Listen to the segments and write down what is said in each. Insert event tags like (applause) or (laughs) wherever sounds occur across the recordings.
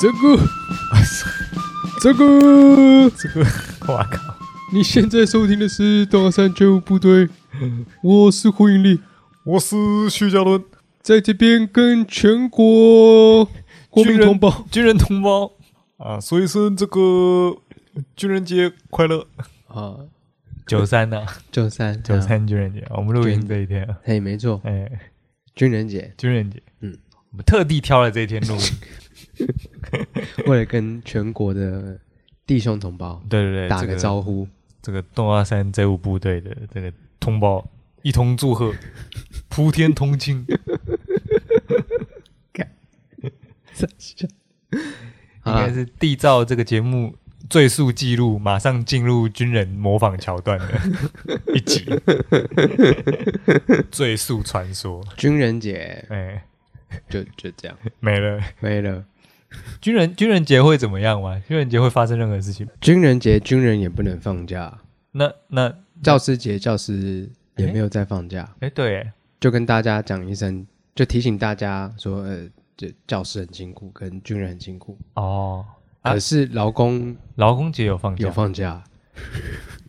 泽古， (laughs) 泽古，这个，我靠！ (laughs) 你现在收听的是《大山救护部队》， (laughs) 我是胡云丽，我是徐家伦，在这边跟全 (laughs) 国国民同胞军人同胞啊，所以说这个军人节快乐！啊，九三 (laughs) 呐，九三九，三军人节，我们录音这一天啊，嘿，没错，哎，军人节，军人节，嗯，我们特地挑了这一天 (laughs) 录音，为了跟全国的弟兄同胞对对对，打这个个招呼， (laughs) 这个东阿山这务部队的这个同胞一同祝 (laughs) 贺，普天同庆。应啊该是缔造这个节目最速记录，马上进入军人模仿桥段的 (laughs) 一集，最速传说，军人节 (laughs) 哎、就就这样没了。没了。军人军人节会怎么样吗？军人节会发生任何事情吗？军人节，军人也不能放假，那那教师节，教师也没有在放假。哎、对耶，就跟大家讲一声，就提醒大家说，呃，这教师很辛苦，跟军人很辛苦。哦，啊可是劳工劳工节有放假，有放 (laughs) 假，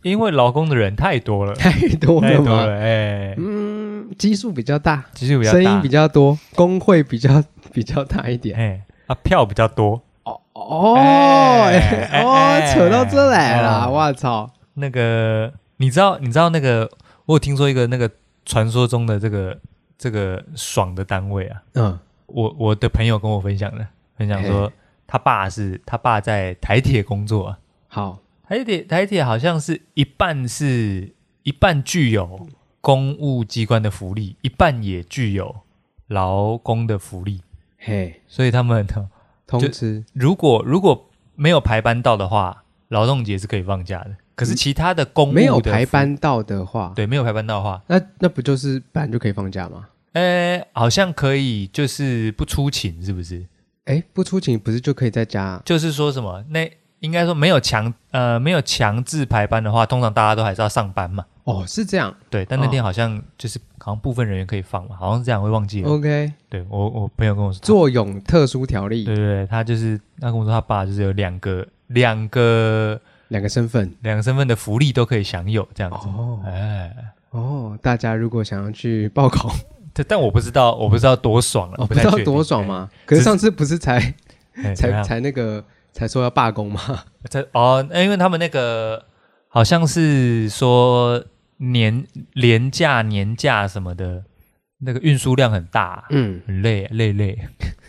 因为劳工的人 (laughs) 太多了，太多太了多吗？了，哎、嗯，基数比较大，其实比较声音大比，较多，工会比较比较大一点。哎、啊，票比较多，哦，哎哎哦，哎扯到这来了，嗯我操！那个，你知道，你知道那个，我有听说一个那个传说中的这个这个爽的单位啊，嗯，我我的朋友跟我分享的，分享说他爸是他爸在台铁工作、啊，好，台铁台铁好像是一半是一半具有公务机关的福利，一半也具有劳工的福利，嘿，所以他们呢通就知如果如果没有排班到的话，劳动节是可以放假的，可是其他的公务嗯没有的排福班到的话，对没有排班到的话。那那不就是本来就可以放假吗？呃，好像可以，就是不出勤，是不是？哎，不出勤不是就可以在家？就是说什么那应该说没有强呃没有强制排班的话，通常大家都还是要上班嘛。哦，是这样。对，但那哦天好像就是、好像部分人员可以放嘛，好像是这样，我也忘记了。 OK，对我我朋友跟我说，作用特殊条例对对对，他就是他跟我说他爸就是有两个两个两个身份两个身份的福利都可以享有这样子。哦哎，哦，大家如果想要去报考，但但我不知道，我不知道多爽了，哦， (laughs) 我不太知道确定多爽？吗？可是上次不是才哎、怎么才样才那个才说要罢工吗？这哦，那因为他们那个好像是说年廉价年假什么的，那个运输量很大，嗯，很累累累， (laughs)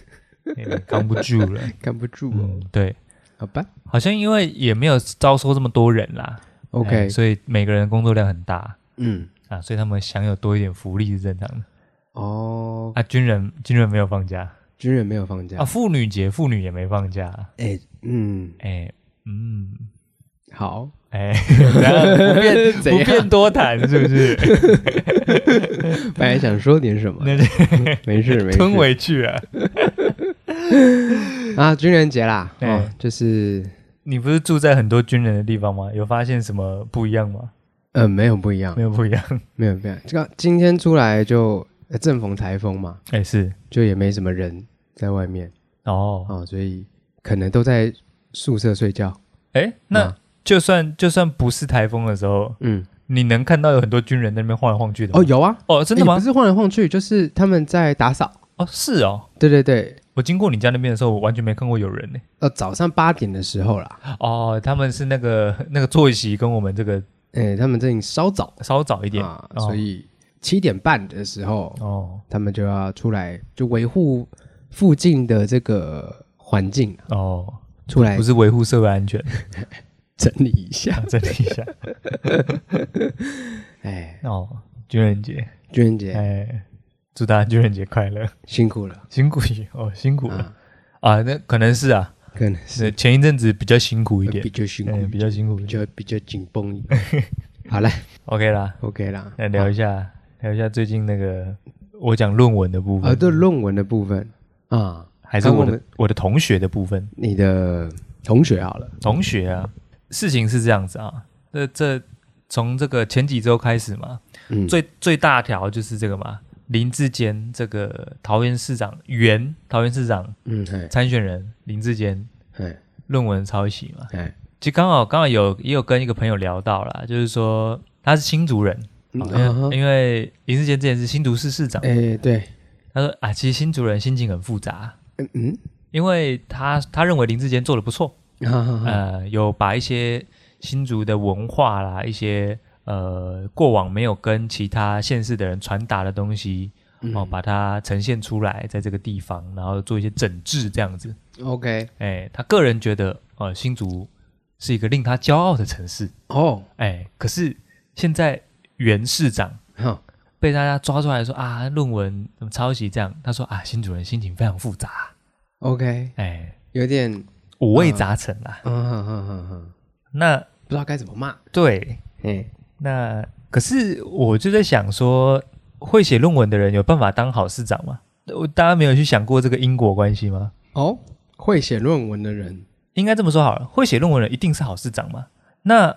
哎扛不住了。扛不住哦，嗯，哎对，好吧好像因为也没有招收这么多人啦哎，OK，所以每个人工作量很大嗯，啊，所以他们享有多一点福利是正常的哦，啊。军人军人没有放假军人没有放假啊，，妇女节妇女也没放假，哎，嗯，哎、嗯。好，哎，怎样 (laughs) 不变怎不样变多谈是不是？本来想说点 (laughs) 什么，那 (laughs) 没事没吞事回去啊！啊，军人节啦，对哦，就是你不是住在很多军人的地方吗？有发现什么不一样吗？呃，没有不一样没，有不一样。没有不一样，这个今天出来就呃正逢台风嘛， (laughs) 哎，是就也没什么人在外面。哦。哦，所以可能都在宿舍睡觉。哎，那啊就算就算不是台风的时候，嗯，你能看到有很多军人在那边晃来晃去的吗哦，有啊，哦，真的诶吗不？是晃来晃去，就是他们在打扫。哦，是哦。对对对，我经过你家那边的时候，我完全没看过有人呢。呃，早上八点的时候啦，哦，他们是那个那个作息跟我们这个诶，哎他们这里稍早稍早一点啊，哦所以七点半的时候，哦他们就要出来，就维护附近的这个环境啊，哦，出来不是维护社会安全，整理一下啊。整理一 (laughs) 下哎，哦。军人节，军人节哎，祝大家军人节快乐。辛苦了辛苦一哦，辛苦了啊，啊那可能是啊，可能是前一阵子比较辛苦一呃点比，较辛苦嗯，，比较辛苦一比点。较比较紧绷一 (laughs) 点。好嘞 OK 啦， ，OK 啦，来聊一下，聊一下最近那个我讲论文的部啊，分，对论文的部分啊，还是刚刚我我的们我的同学的部分。你的同学好了，同学啊，事情是这样子啊，这这从这个前几周开始嘛，嗯，最最大条就是这个嘛，林志坚这个桃园市长原桃园市长嗯，哎参选人林志坚哎论文抄袭嘛，哎，就刚好刚好有也有跟一个朋友聊到啦，就是说他是新竹人，嗯因为啊哈因为林志坚之前是新竹市市长，哎对，他说啊，其实新竹人心情很复杂，嗯嗯，因为他他认为林志坚做的不错，好好好，呃，有把一些新竹的文化啦，一些呃过往没有跟其他县市的人传达的东西，嗯哦，把它呈现出来，在这个地方，然后做一些整治这样子。 OK，哎，他个人觉得，呃，新竹是一个令他骄傲的城市。哦，哎，可是现在原市长好，被大家抓出来说啊，论文怎么抄袭这样，他说啊，新主人心情非常复杂， OK，哎，有点，五味杂陈啦。嗯哼哼哼哼，那不知道该怎么骂，对，哎，那可是我就在想说，会写论文的人有办法当好市长吗？我大家没有去想过这个因果关系吗？哦，会写论文的人，应该这么说好了，会写论文的人一定是好市长嘛？那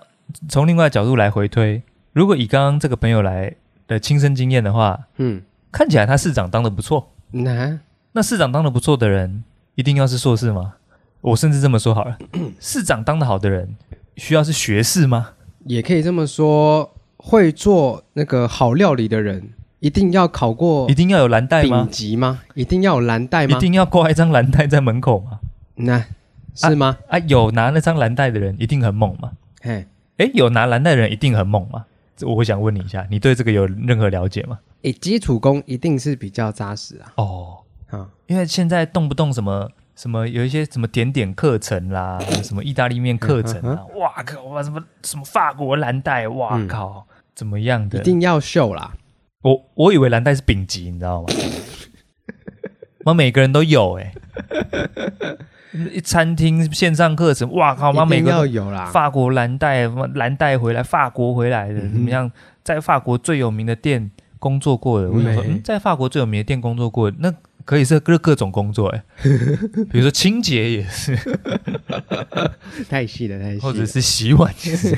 从另外的角度来回推，如果以刚刚这个朋友来的亲身经验的话，嗯，看起来他市长当的不错，那那市长当的不错的人，一定要是硕士吗？我甚至这么说好了，市长当的好的人，需要是学士吗？也可以这么说，会做那个好料理的人，一定要考过一定要有蓝带哦丙吗？级吗？一定要有蓝带一吗？定要挂一张蓝带在门口吗？那是吗？啊，有拿那张蓝带的人一定很猛吗？哎，诶，有拿蓝带的人一定很猛吗？这我想问你一下，你对这个有任何了解吗？诶，基础功一定是比较扎实啊，哦，啊，因为现在动不动什么什么有一些什么甜点课程啦，什么意大利面课程啊，哇靠，哇什么什么法国蓝带，哇嗯靠，怎么样的一？定要秀啦，我我以为蓝带是丙级，你 (laughs) 知道吗？妈，每个人都有哎、一餐厅线上课程，哇靠，妈，一每定个要人有啦，法国蓝带，妈蓝带回来，法国回来的嗯哼怎么样？在法国最有名的店工作过的，我想说，没嗯，在法国最有名的店工作过的，那可以是各各种工作 (laughs) 哎、比如说清洁也是，太细了，太细了，或者是洗碗也是，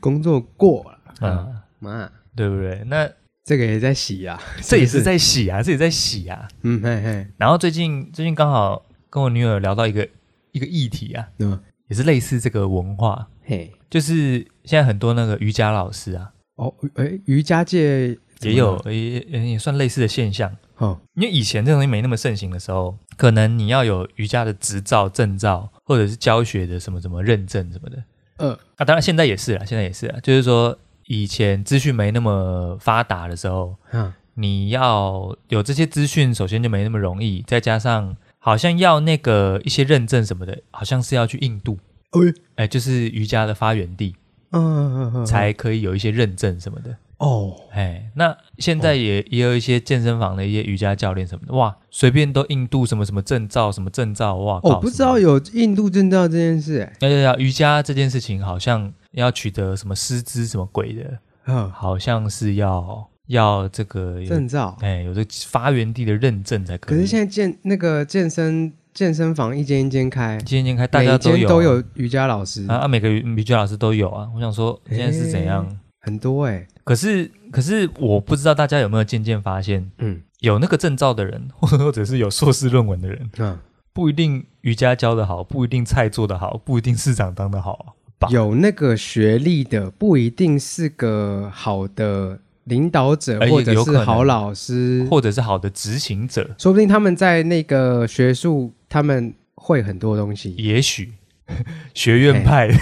工作过了，啊，妈，对不对？那这个也在洗啊，这也是不，在洗啊，这也在洗啊。 (laughs) 嗯，嘿嘿，然后最近最近刚好跟我女友聊到一个一个议题啊，嗯，也是类似这个文化，嘿，就是现在很多那个瑜伽老师啊，哦，诶，瑜伽界怎也么有了也也也算类似的现象。哦，因为以前这东西没那么盛行的时候，可能你要有瑜伽的执照、证照，或者是教学的什么什么认证什么的。呃，啊，当然现在也是啦，现在也是啦，就是说以前资讯没那么发达的时候，啊，你要有这些资讯，首先就没那么容易，再加上好像要那个一些认证什么的，好像是要去印度，哎，哎，就是瑜伽的发源地，嗯嗯嗯，才可以有一些认证什么的。哦，哎，那现在也也有一些健身房的一些瑜伽教练什么的，哇，随便都印度什么什么证照，什么证照，哇，我靠哦不知道。什么有印度证照这件事，哎，要要要，瑜伽这件事情好像要取得什么师资什么鬼的，啊，好像是要要这个有证照，哎有这发源地的认证才可可以。是现在健那个健身健身房一间一间开，今天开大每家一都间有都有瑜伽老师，啊啊，每个瑜瑜伽老师都有啊。我想说现在是怎样？很多哎，可是可是我不知道大家有没有渐渐发现，嗯有那个证照的人， (laughs) 或者是有硕士论文的人，啊，不一定瑜伽教的好，不一定菜做的好，不一定市长当的好吧？有那个学历的不一定是个好的领导者哎也或者有可是能好老师，或者是好的执行者，说不定他们在那个学术他们会很多东西，也许 (laughs) 学院派、 (laughs)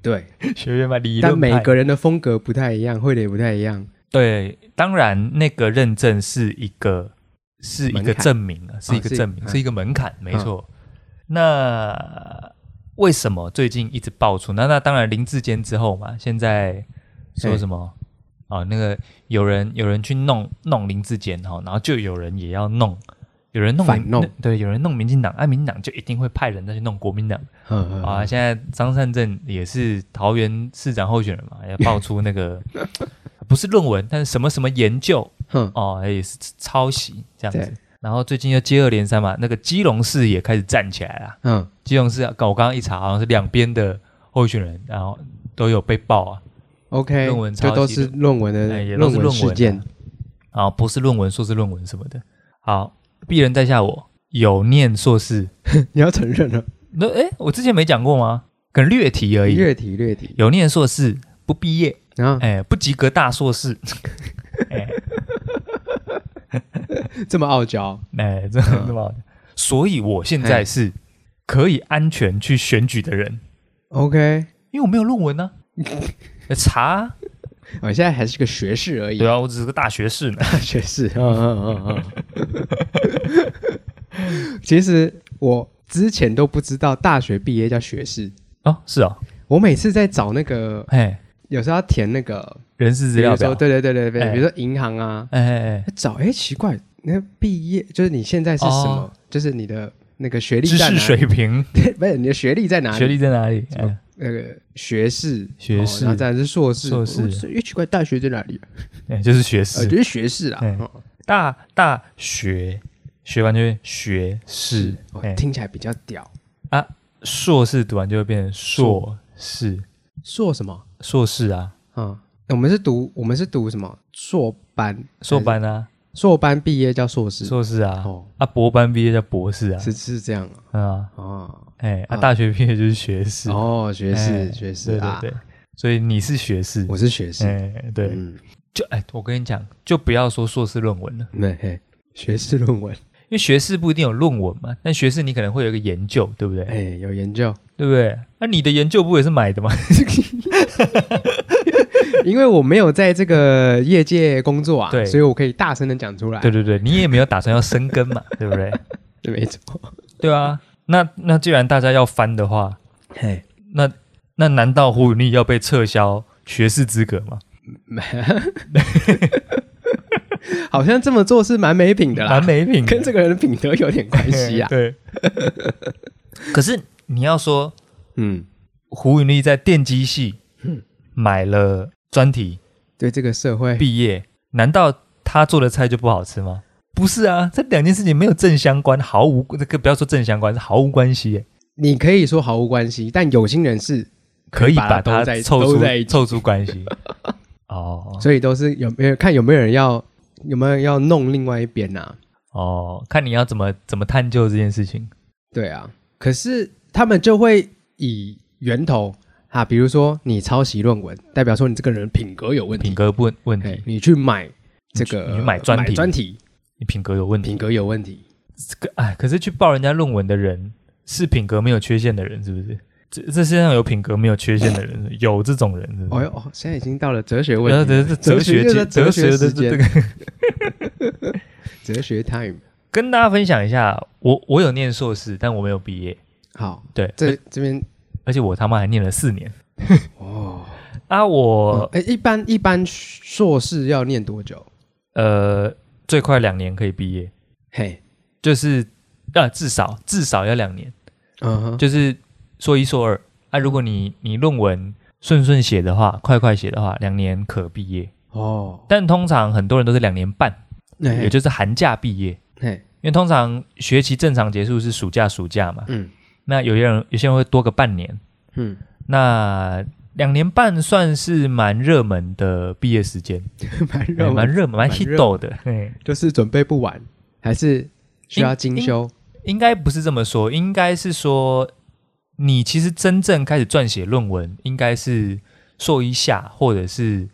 对，学院派理但论派，每个人的风格不太一样，会的也不太一样，对，当然那个认证是一个是一门个槛证明啊，是一个是证明，嗯是一个门槛，没错。那为什么最近一直爆出？那那当然林志坚之后嘛，现在说什么？哦，那个有人有人去弄弄林志坚哈，然后就有人也要弄，有人弄民反弄那对，有人弄民进党，啊，民进党就一定会派人再去弄国民党嗯啊。现在张善政也是桃园市长候选人嘛，也爆出 (laughs) 那个不是论文，但是什么什么研究哼，哦，也是抄袭这样对子。，然后最近又接二连三嘛，那个基隆市也开始站起来了。嗯，基隆市啊，我刚刚一查，好像是两边的候选人，然后都有被爆啊， OK，论文抄袭就的都是论文的哎也都论是论文啊事件， (laughs) 啊，博士论文、硕士论文什么的。好，鄙人在下我有念硕士，你要承认了，啊那诶，我之前没讲过吗？可能略提而已，略提略提，啊有念硕士不毕业，然后哎，不及格大硕士，哎这么傲娇，哎，这嗯这么好讲所以我现在嘿是可以安全去选举的人， OK，因为我没有论 (laughs) 文呢、呃查啊，我现在还是个学士而已，对啊，我只是个大学士呢。 (laughs) 学士，嗯嗯嗯嗯。 (laughs) 其实我之前都不知道大学毕业叫学士，哦，是哦，我每次在找那个，哎，有时候要填那个，人事资比料如表说，，对对对对对，哎比如说银行啊，哎哎找哎奇怪，那毕业就是你现在是什么哦？就是你的那个学哎，历知在识哪里？水平、 (laughs) 不是你的学历在哪里？学历在哪里？什么哎那个学士，学哦士然后再来是硕士，硕士我就哎奇怪，大学在哪里？哎，就是学呃，士，就是学士啦哎。哦大大学学完就会学士，哦哎，听起来比较屌。硕士读完就会变成硕士，硕什么？硕士啊，啊，我们是读我们是读什么硕班？硕班啊，硕班毕业叫硕士硕士啊，哦，啊，博班毕业叫博士啊，是是这样啊嗯啊，哦哎，啊啊，大学毕业就是学士，哦，学哎士学士对啊对，对，所以你是学士，我是学士，哎，对，嗯，就哎，我跟你讲，就不要说硕士论文了。那嘿，学士论文，因为学士不一定有论文嘛，但学士你可能会有一个研究，对不对？哎，有研究，对不对？那、你的研究不也是买的吗？因为我没有在这个业界工作啊，对所以我可以大声的讲出来，对对对，你也没有打算要深耕嘛，对 (laughs) 不对？对，没错，对啊，那那既然大家要翻的话，嘿，那那难道胡永丽要被撤销学士资格吗？好像这么做是蛮没品的啦蛮，没品的，啊跟这个人的品德有点关系啊， (laughs) 对。可是你要说嗯，胡永丽在电机系买了专题对这个社会，毕业，难道他做的菜就不好吃吗？不是啊，这两件事情没有正相关，毫无这个不要说正相关，是毫无关系耶。你可以说毫无关系，但有心人士可以把它把它兜在凑兜出在一起凑出关 (laughs) 系。哦所以都是有没有看有没有人要有没有人要弄另外一边呐、啊？哦，看你要怎么怎么探究这件事情。对啊，可是他们就会以源头啊，比如说你抄袭论文，代表说你这个人品格有问题，品格问问嘿题，你去买这你个去你去买专题专题，你品格有问品题。格有问题，这个哎，可是去报人家论文的人是品格没有缺陷的人，是不是？这这世界上有品格没有缺陷的人，有这种人是不哦是？哟，哦现在已经到了哲学然后问题这了，呃这哲学就是界哲学学的时这间个，哲学 time。跟大家分享一下，我我有念硕士，但我没有毕业。好，对，这而这边而且我他妈还念了四年 (laughs) 哦，啊！我、哎、一般一般硕士要念多久？呃，最快两年可以毕业，嘿，就是啊，至少至少要两年，嗯哼，就是硕一硕二啊。如果你你论文顺顺写的话，快快写的话，两年可毕业。哦，但通常很多人都是两年半，也嘿，就是寒假毕业，嘿，因为通常学期正常结束是暑假暑假嘛。嗯那有些人有些人会多个半年，嗯。那两年半算是蛮热门的毕业时间， (laughs) 蛮热哎门，蛮热门，蛮蛮热 hit 的。嘿就是准备不完，还是需要精修？应该不是这么说，应该是说你其实真正开始撰写论文，应该是硕一下或者是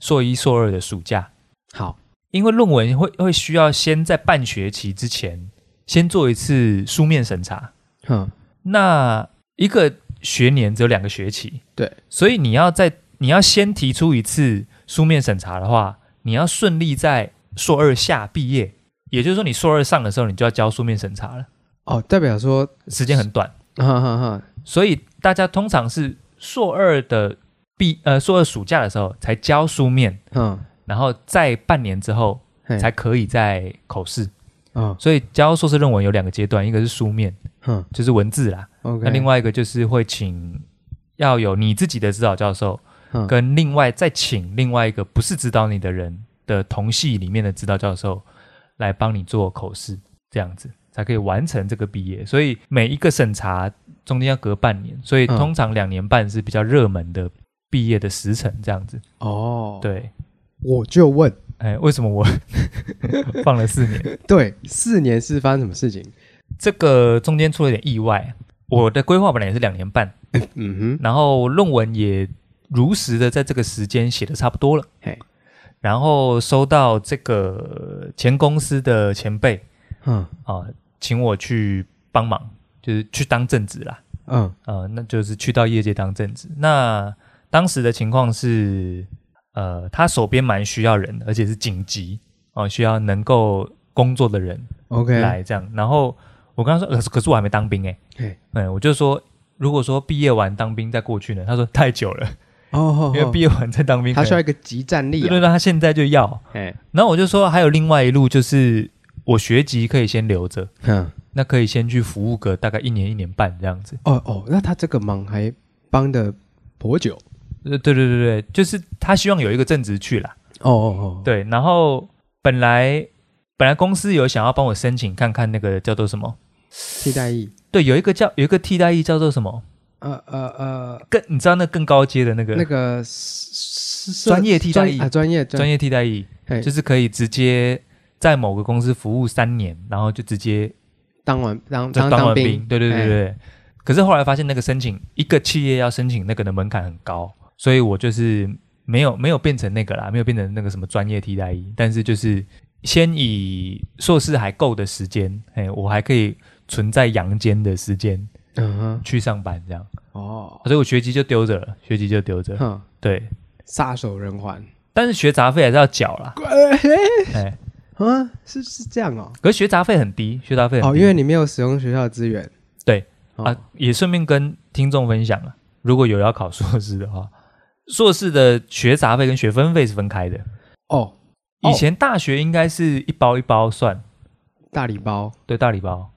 硕一硕二的暑假，好，因为论文会会需要先在半学期之前先做一次书面审查。哼，那一个学年只有两个学期，对，所以你要在你要先提出一次书面审查的话，你要顺利在硕二下毕业，也就是说你硕二上的时候，你就要交书面审查了，哦，代表说，时间很短。哈哈哈，所以大家通常是硕二的毕呃硕二暑假的时候才交书面，嗯，然后在半年之后嘿才，可以在口试。嗯所以交硕士论文有两个阶段，一个是书面，哼就是文字啦， ，OK，那另外一个就是会请要有你自己的指导教授，嗯跟另外再请另外一个不是指导你的人的同系里面的指导教授来帮你做口试，这样子才可以完成这个毕业。所以每一个审查中间要隔半年，所以嗯通常两年半是比较热门的毕业的时辰，这样子。哦，，对，我就问，哎，为什么我放了四 (laughs) 年？对，四年是发生什么事情？这个中间出了点意外。我的规划本来也是两年半，嗯哼，然后论文也如实的在这个时间写的差不多了嘿。然后收到这个前公司的前辈嗯啊、请我去帮忙，就是去当正职啦。嗯呃，那就是去到业界当正职。那当时的情况是，呃，他手边蛮需要人的，而且是紧急哦、需要能够工作的人，OK，来这样。然后我刚刚说，可呃是可是我还没当兵哎、嘿嗯，我就说，如果说毕业完当兵再过去呢，他说太久了，哦哦，因为毕业业完再当兵可他能，需要一个集战力对对啊，对，他现在就要。哎，然后我就说，还有另外一路就是，我学籍可以先留着，嗯，那可以先去服务个大概一年一年半这样子。哦哦，那他这个忙还帮的颇久，呃，对对对对，就是他希望有一个正职去啦。哦哦哦，对，然后本来本来公司有想要帮我申请看看那个叫做什么，替代役，对，有一个叫有一个替代役叫做什么，呃呃呃，更你知道那更高阶的那个那个是是专业替代役专啊，专业专业，业替代役，嘿就是可以直接在某个公司服务三年，然后就直接当完当就当当完兵，对对对哎对对。可是后来发现那个申请一个企业要申请那个的门槛很高，所以我就是没有没有变成那个啦，没有变成那个什么专业替代役，但是就是先以硕士还够的时间，哎，我还可以存在阳间的时间嗯哼，去上班这样，哦，所以我学籍就丢着了，学籍就丢着，哼，对。撒嗯手人寰，但是学杂费还是要缴 (laughs) 啦，哎，啊，是是这样哦，可是学杂费很低，学杂费很哦，低因为你没有使用学校的资源，对哦啊，也顺便跟听众分享了，如果有要考硕士的话， (laughs) 硕士的学杂费跟学分费是分开的。哦，哦以前大学应该是一包一包算，大礼包，对，大礼包。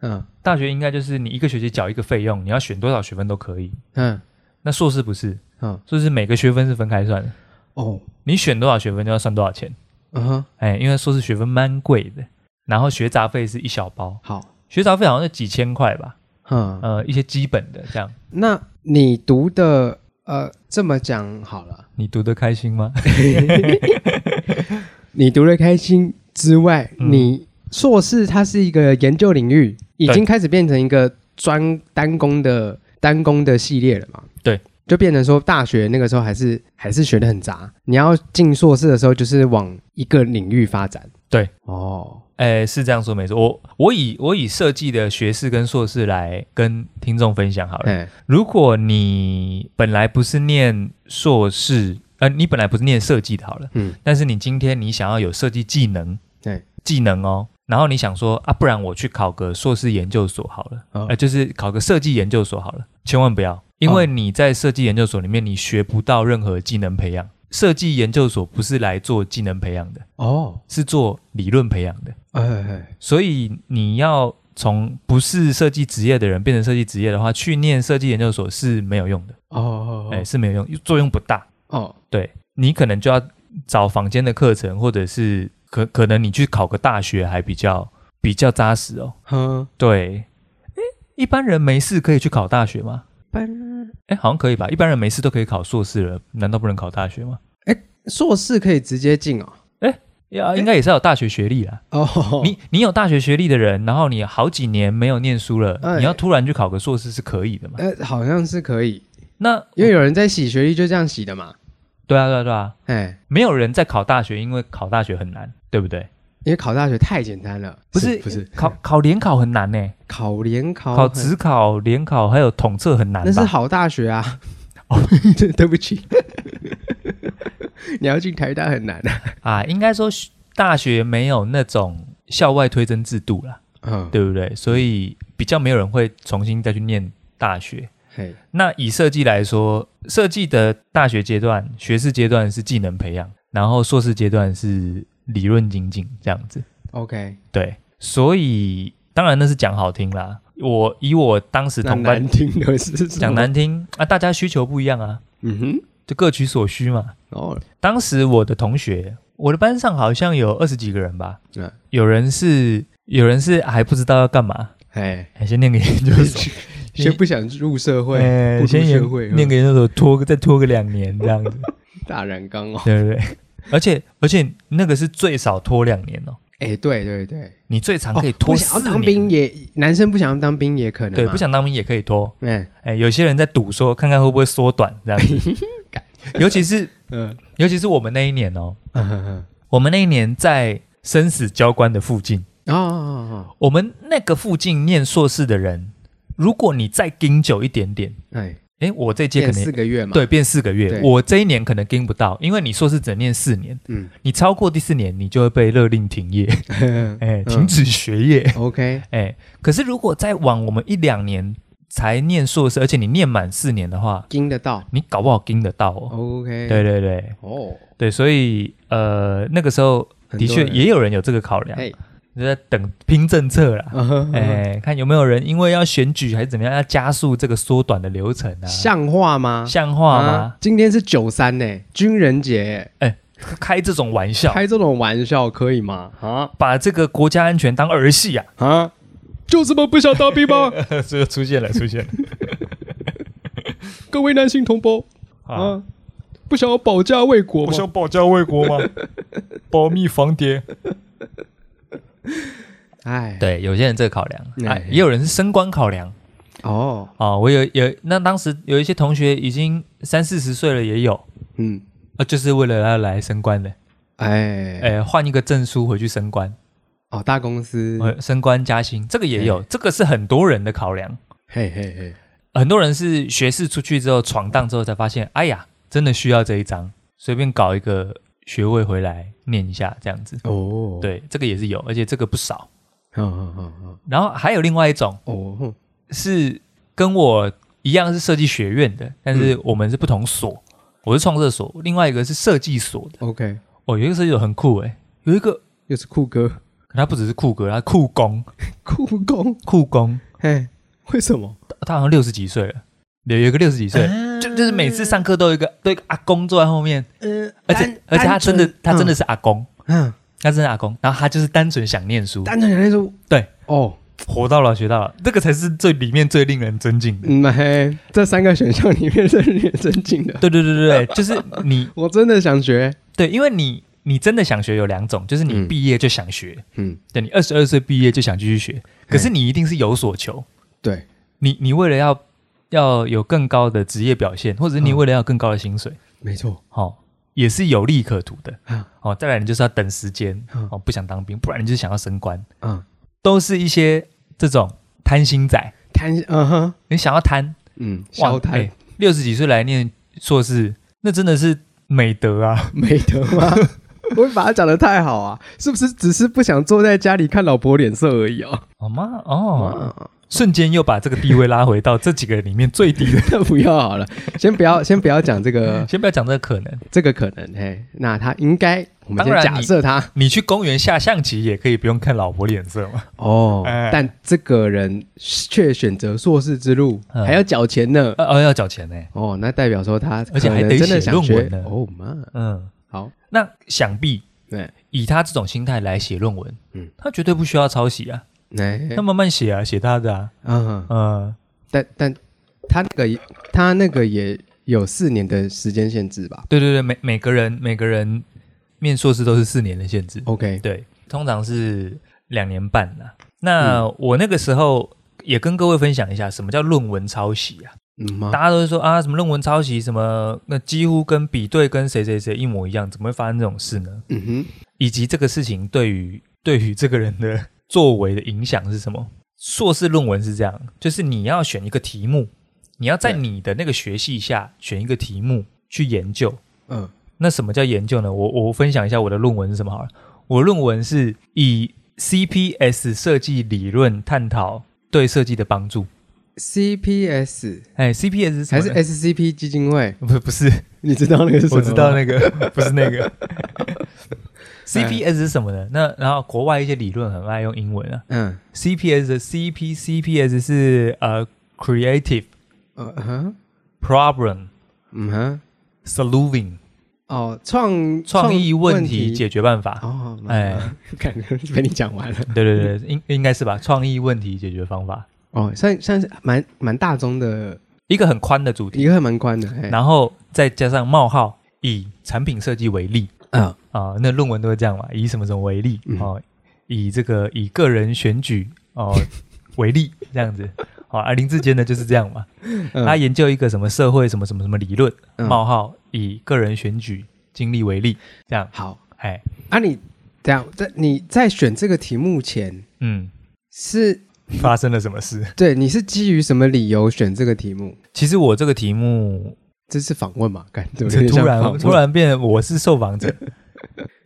嗯大学应该就是你一个学期缴一个费用，你要选多少学分都可以。嗯那硕士不是，嗯，硕士每个学分是分开算的，哦，你选多少学分就要算多少钱。嗯哼，哎，因为硕士学分蛮贵的，然后学杂费是一小包，好，学杂费好像是几千块吧，嗯，呃，一些基本的这样。那你读的呃，这么讲好了，你读得开心吗？你读的开心之外，嗯你硕士它是一个研究领域，已对经开始变成一个专单工的单工的系列了嘛？对。就变成说，大学那个时候还是还是学的很杂。你要进硕士的时候，就是往一个领域发展。对，哦，哎，是这样说没错。我我以我以设计的学士跟硕士来跟听众分享好了。哎，如果你本来不是念硕士，呃，你本来不是念设计的，好了，嗯，但是你今天你想要有设计技能，对，技能哦，然后你想说啊，不然我去考个硕士研究所好了，哦呃，就是考个设计研究所好了，千万不要，因为你在设计研究所里面你学不到任何技能培养，设计研究所不是来做技能培养的，哦，是做理论培养的。哎哎，所以你要从不是设计职业的人变成设计职业的话，去念设计研究所是没有用的，哦哦哎、是没有用，作用不大。哦，对你可能就要找坊间的课程，或者是可可能你去考个大学还比较比较扎实哦。哼，对，哎，一般人没事可以去考大学吗？班哎，好像可以吧？一般人没事都可以考硕士了，难道不能考大学吗？硕士可以直接进哦。呀，应该也是要有大学学历啦。哦，你你有大学学历的人，然后你好几年没有念书了，哎你要突然去考个硕士是可以的嘛？呃，好像是可以，那因为有人在洗学历就这样洗的嘛。对啊，对啊，对啊，哎，没有人在考大学，因为考大学很难，对不对？因为考大学太简单了，不是不是考考联考很难呢、考联考考很职考、联考还有统测很难那是吧？哦好大学啊。 (laughs) 对对不起， (laughs) 你要进台大很难啊。啊，应该说学大学没有那种校外推甄制度啦，嗯，对不对？所以比较没有人会重新再去念大学。嘿，那以设计来说，设计的大学阶段、学士阶段是技能培养，然后硕士阶段是理论精进这样子。 OK，对，所以当然那是讲好听啦。我以我当时那同班难听的是什么讲，难听啊，大家需求不一样啊，嗯哼，就各取所需嘛。哦，当时我的同学，我的班上好像有二十几个人吧，嗯有人是有人是还不知道要干嘛，哎，哎先念个研究所， (laughs) 先不想入社会，哎步入先社会，嗯 (laughs) 念个研究所，拖个再拖个两年这样子，嗯大染缸哦，对不对？而且而且那个是最少拖两年哦，哎，对对对，你最长哦可以不拖想四要当年，兵也，男生不想要当兵也可能对，嘛不，想当兵也可以拖。哎，哎，有些人在赌说看看会不会缩短这样子 (laughs) 干，尤其是嗯尤其是我们那一年哦，嗯嗯嗯我们那一年在生死交关的附近，哦哦，哦我们那个附近念硕士的人，如果你再盯久一点点，哎，哎，我这届练可能四个月嘛，，对变四个月，对我这一年可能盯不到，因为你硕士只能念四年，嗯你超过第四年，你就会被勒令停业，哎，嗯停止学业， (laughs) ，OK，哎，可是如果再往我们一两年才念硕士，而且你念满四年的话，盯得到你搞不好盯得到哦。 ，OK，对，对对哦，对，所以呃，那个时候很的多确人 (laughs) 也有人有这个考量，哎，就在等拼政策啦。嗯哼嗯哎，看有没有人因为要选举还是怎么样，要加速这个缩短的流程啊？哼像话吗？像话吗 (laughs) 啊？今天是九三呢，军人节，开这种玩笑，开这种玩笑可以吗？啊把这个国家安全当儿戏啊！ (laughs) 啊，就这么不想当兵吗？这个出现了，出现 (laughs) 了各位男性同胞嗯啊！，不想要保家卫国保家卫国吗？保密防谍。哎， (laughs) 对，有些人这个考量，啊哎，也有人是升官考量哦，啊。我有有，那当时有一些同学已经三四十岁了，也有嗯，啊，就是为了要来升官的，哎，哎，换一个证书回去升官，哦，大公司，呃，升官加薪，这个也有，这个是很多人的考量。嘿嘿嘿，很多人是学士出去之后闯荡之后才发现，哎呀，真的需要这一张，随便搞一个学位回来念一下这样子。哦，，对，这个也是有，而且这个不少。嗯嗯嗯然后还有另外一种嗯，哦，哼是跟我一样是设计学院的，但是我们是不同所，我是创设所，另外一个是设计所的。 ，OK，哦，有一个设计所很酷诶，有一个又是酷哥， (laughs) 可他不只是酷哥，他酷工，酷工，酷工，嘿，为什么？啊他他好像六十几岁了，有有一个六十几岁，就就是每次上课都有一个都有一个阿公坐在后面，呃，而且而且他真的他真的是，是阿公，嗯，他真的是阿公，然后他就是单纯想念书，单纯人类说，对，哦，活到老学到老，这个才是最里面最令人尊敬的。嗯嘿，这三个选项里面是令人尊敬的， (laughs) 对对对对对， (laughs) 就是你我真的想学，对，因为你你真的想学有两种，就是你嗯毕业就想学，嗯，对你二十二岁毕业就想继续学，可是你一定是有所求，对，你你为了要要有更高的职业表现，或者是你嗯为了要更高的薪水，没错，哦，也是有利可图的。嗯哦，再来你就是要等时间，嗯哦，不想当兵，不然你就是想要升官，嗯，都是一些这种贪心仔。贪，嗯哼，你想要贪，嗯，哇消贪哎六十几岁来念硕士，那真的是美德啊！美德 (laughs) 吗？我会把他讲的太好啊，是不是只是不想坐在家里看老婆脸色而已啊？哦妈哦，哦，瞬间又把这个地位拉回到这几个里面最低 (laughs) 的。 (laughs) 那不要好了，先不要，先不要讲这个先不要讲这个可能，这个可能，嘿，那他应该，我们当先然假你设他你去公园下象棋也可以不用看老婆脸色嘛。哦哎，但这个人却选择硕士之路，嗯还要缴钱呢。呃 (laughs) 哦，要缴钱呢、哦，那代表说他而且可还能得真的写想论学文呢哦妈，嗯，好，那想必对，以他这种心态来写论文，嗯嗯，他绝对不需要抄袭啊，哎他，慢慢写啊，写他的啊，嗯，嗯，但但他那个他那个也有四年的时间限制吧对对对，每每个人每个人面硕士都是四年的限制， ？OK，对，通常是两年半啦。那、我那个时候也跟各位分享一下，什么叫论文抄袭啊？嗯吗大？家都是说啊，什么论文抄袭，什么那几乎跟比对跟谁谁谁一模一样，怎么会发生这种事呢？嗯哼。以及这个事情对于对于这个人的 (laughs) 作为的影响是什么？硕士论文是这样，就是你要选一个题目，你要在对你的那个学系下选一个题目去研究。嗯那什么叫研究呢？我我分享一下我的论文是什么好了。我论文是以 CPS 设计理论探讨对设计的帮助。 ，CPS 哎，CPS 是什还么是呢 SCP 基金会？ (laughs) 不不是，你知道那个是什么我吗？知道那个不是那 (laughs) 个。CPS 是什么呢？那然后国外一些理论很爱用英文啊。嗯 CPS 的 CP CPS 是呃 Creative 呃哼 Problem 嗯哼 Solving 哦，创创意问题解解决办法。哦，哎哎，感觉被你讲完了对对对，应应该是吧？创意问题解决方法，哦，算算是蛮蛮大众的，一个很宽的主题，一个还蛮宽的，哎，然后再加上冒号，以产品设计为例，啊，啊、那论文都会这样嘛，以什么什么为例嗯哦，以这个以个人选举哦为例这样子。好、而林志坚呢就是这样嘛，嗯他研究一个什么社会什么什么什么理论，嗯冒号以个人选举经历为例，这样，好哎，啊你，这样在你在选这个题目前 (laughs) 嗯，是发生了什么事？对你是基于什么理由选这个题目？其实我这个题目这是访问嘛？感觉有这点突像访然问突然变成我是受 (laughs) 访者，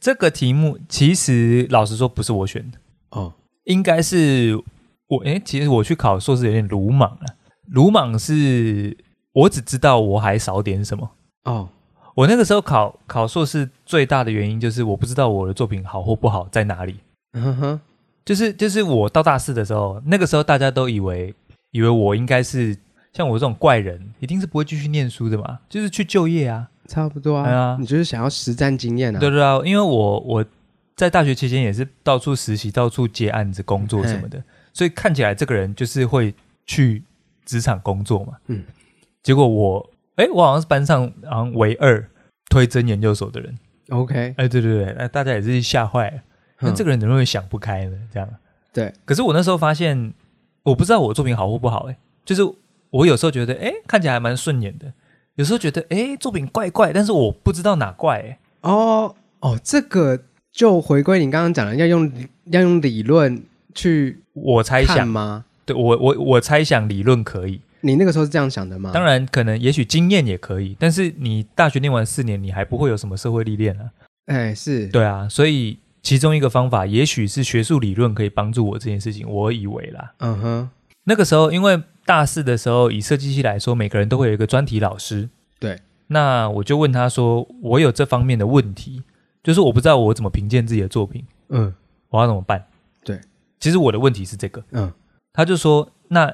这个题目其实老实说不是我选的，哦，应该是我诶，其实我去考硕士有点鲁莽了。鲁莽是我只知道我还少点什么。哦，我那个时候考考硕士最大的原因就是我不知道我的作品好或不好在哪里。嗯哼，就是就是我到大四的时候，那个时候大家都以为以为我应该是像我这种怪人，一定是不会继续念书的嘛，就是去就业啊。差不多哎呀啊，你就是想要实战经验啊？对对啊，因为我我在大学期间也是到处实习、到处接案子、工作什么的，所以看起来这个人就是会去职场工作嘛。嗯，结果我，哎，我好像是班上好像唯二推真研究所的人。 ，OK，哎，对对对，那大家也是吓坏了，那嗯这个人怎么会想不开呢？这样。对，可是我那时候发现，我不知道我作品好或不好、哎，就是我有时候觉得，哎，看起来还蛮顺眼的。有时候觉得，哎，作品怪怪，但是我不知道哪怪、哎哦哦，这个就回归你刚刚讲的，要用要用理论去我猜想看吗？对我我我猜想理论可以，你那个时候是这样想的吗？当然可能也许经验也可以，但是你大学念完四年，你还不会有什么社会历练啊。哎，是，对啊，所以其中一个方法也许是学术理论可以帮助我这件事情，我以为啦。嗯哼，那个时候因为大四的时候，以设计系来说，每个人都会有一个专题老师。对，那我就问他说，我有这方面的问题，就是我不知道我怎么评鉴自己的作品，嗯我要怎么办？对，其实我的问题是这个。嗯他就说，那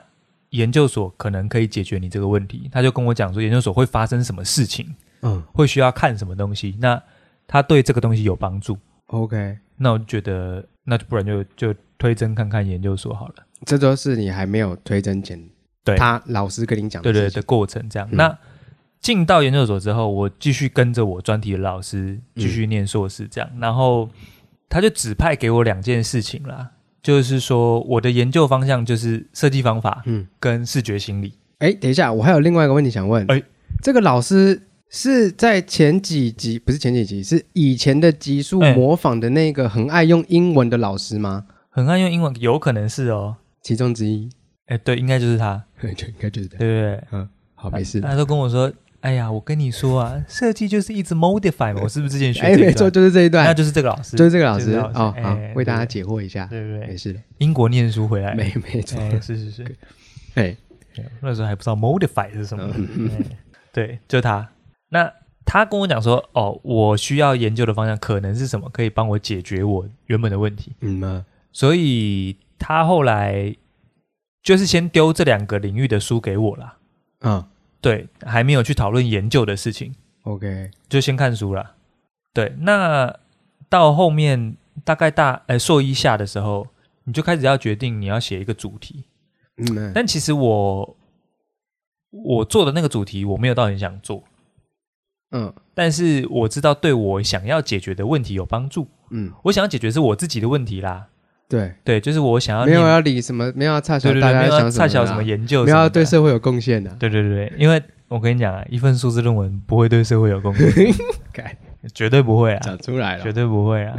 研究所可能可以解决你这个问题。他就跟我讲说，研究所会发生什么事情，嗯会需要看什么东西。那他对这个东西有帮助， ，OK，那我就觉得，那就不然就就推甄看看研究所好了。这都是你还没有推甄前，对他老师跟你讲的对对事对情，的过程这样。嗯那进到研究所之后，我继续跟着我专题的老师继嗯续念硕士这样，然后他就指派给我两件事情啦，就是说我的研究方向就是设计方法嗯，跟视觉心理。哎，等一下，我还有另外一个问题想问，哎，这个老师。是在前几集，不是前几集，是以前的集数哎模仿的那个很爱用英文的老师吗？很爱用英文，有可能是哦。其中之一，哎，对， (laughs) 应该就是他，就应该就是这对样。不对？好，没 (laughs) 事。他都跟我说：“哎呀，我跟你说啊， (laughs) 设计就是一直 modify 嘛。”我是不是之前学哎，这没一错，段？就是这一那段，就是这个老师，就是这个老就师是这个哦，好哎，对为大家解惑一下，对不没对？事的，英国念书回来，没没错，哎，是是是，哎，那时候还不知道 modify 是什么。嗯哎对，就他。那他跟我讲说：“哦，我需要研究的方向可能是什么，可以帮我解决我原本的问题。”嗯吗？所以他后来就是先丢这两个领域的书给我啦。嗯啊对，还没有去讨论研究的事情， ，OK，就先看书啦。对，那到后面大概大呃硕一下的时候，你就开始要决定你要写一个主题。嗯，但其实我我做的那个主题我没有到很想做，嗯但是我知道对我想要解决的问题有帮助。嗯，我想要解决是我自己的问题啦，对，对，就是我想要没有啊念要理什么，没有要差小对对大对，家没有在要想什差小什么么啦，研究什没么的，有啊要对社会有贡献的，对对对，对因为我跟你讲啊，一份硕士论文不会对社会有贡献，改绝对不会啊， (laughs) 讲出来绝了，对不会 (laughs) 啊，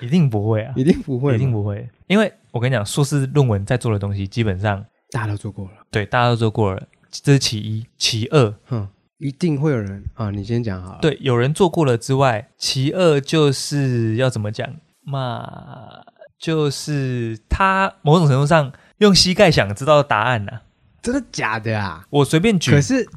一定不会啊，一定不会嘛，一定不会，因为我跟你讲，硕士论文在做的东西，基本上大家都做过了，对大家都做过了，这是其一，其二，哼，一定会有人啊，你先讲好了，，对有人做过了之外，其二就是要怎么讲嘛，就是他某种程度上用膝盖想知道答案呐、啊真的假的啊？我随便举可，是，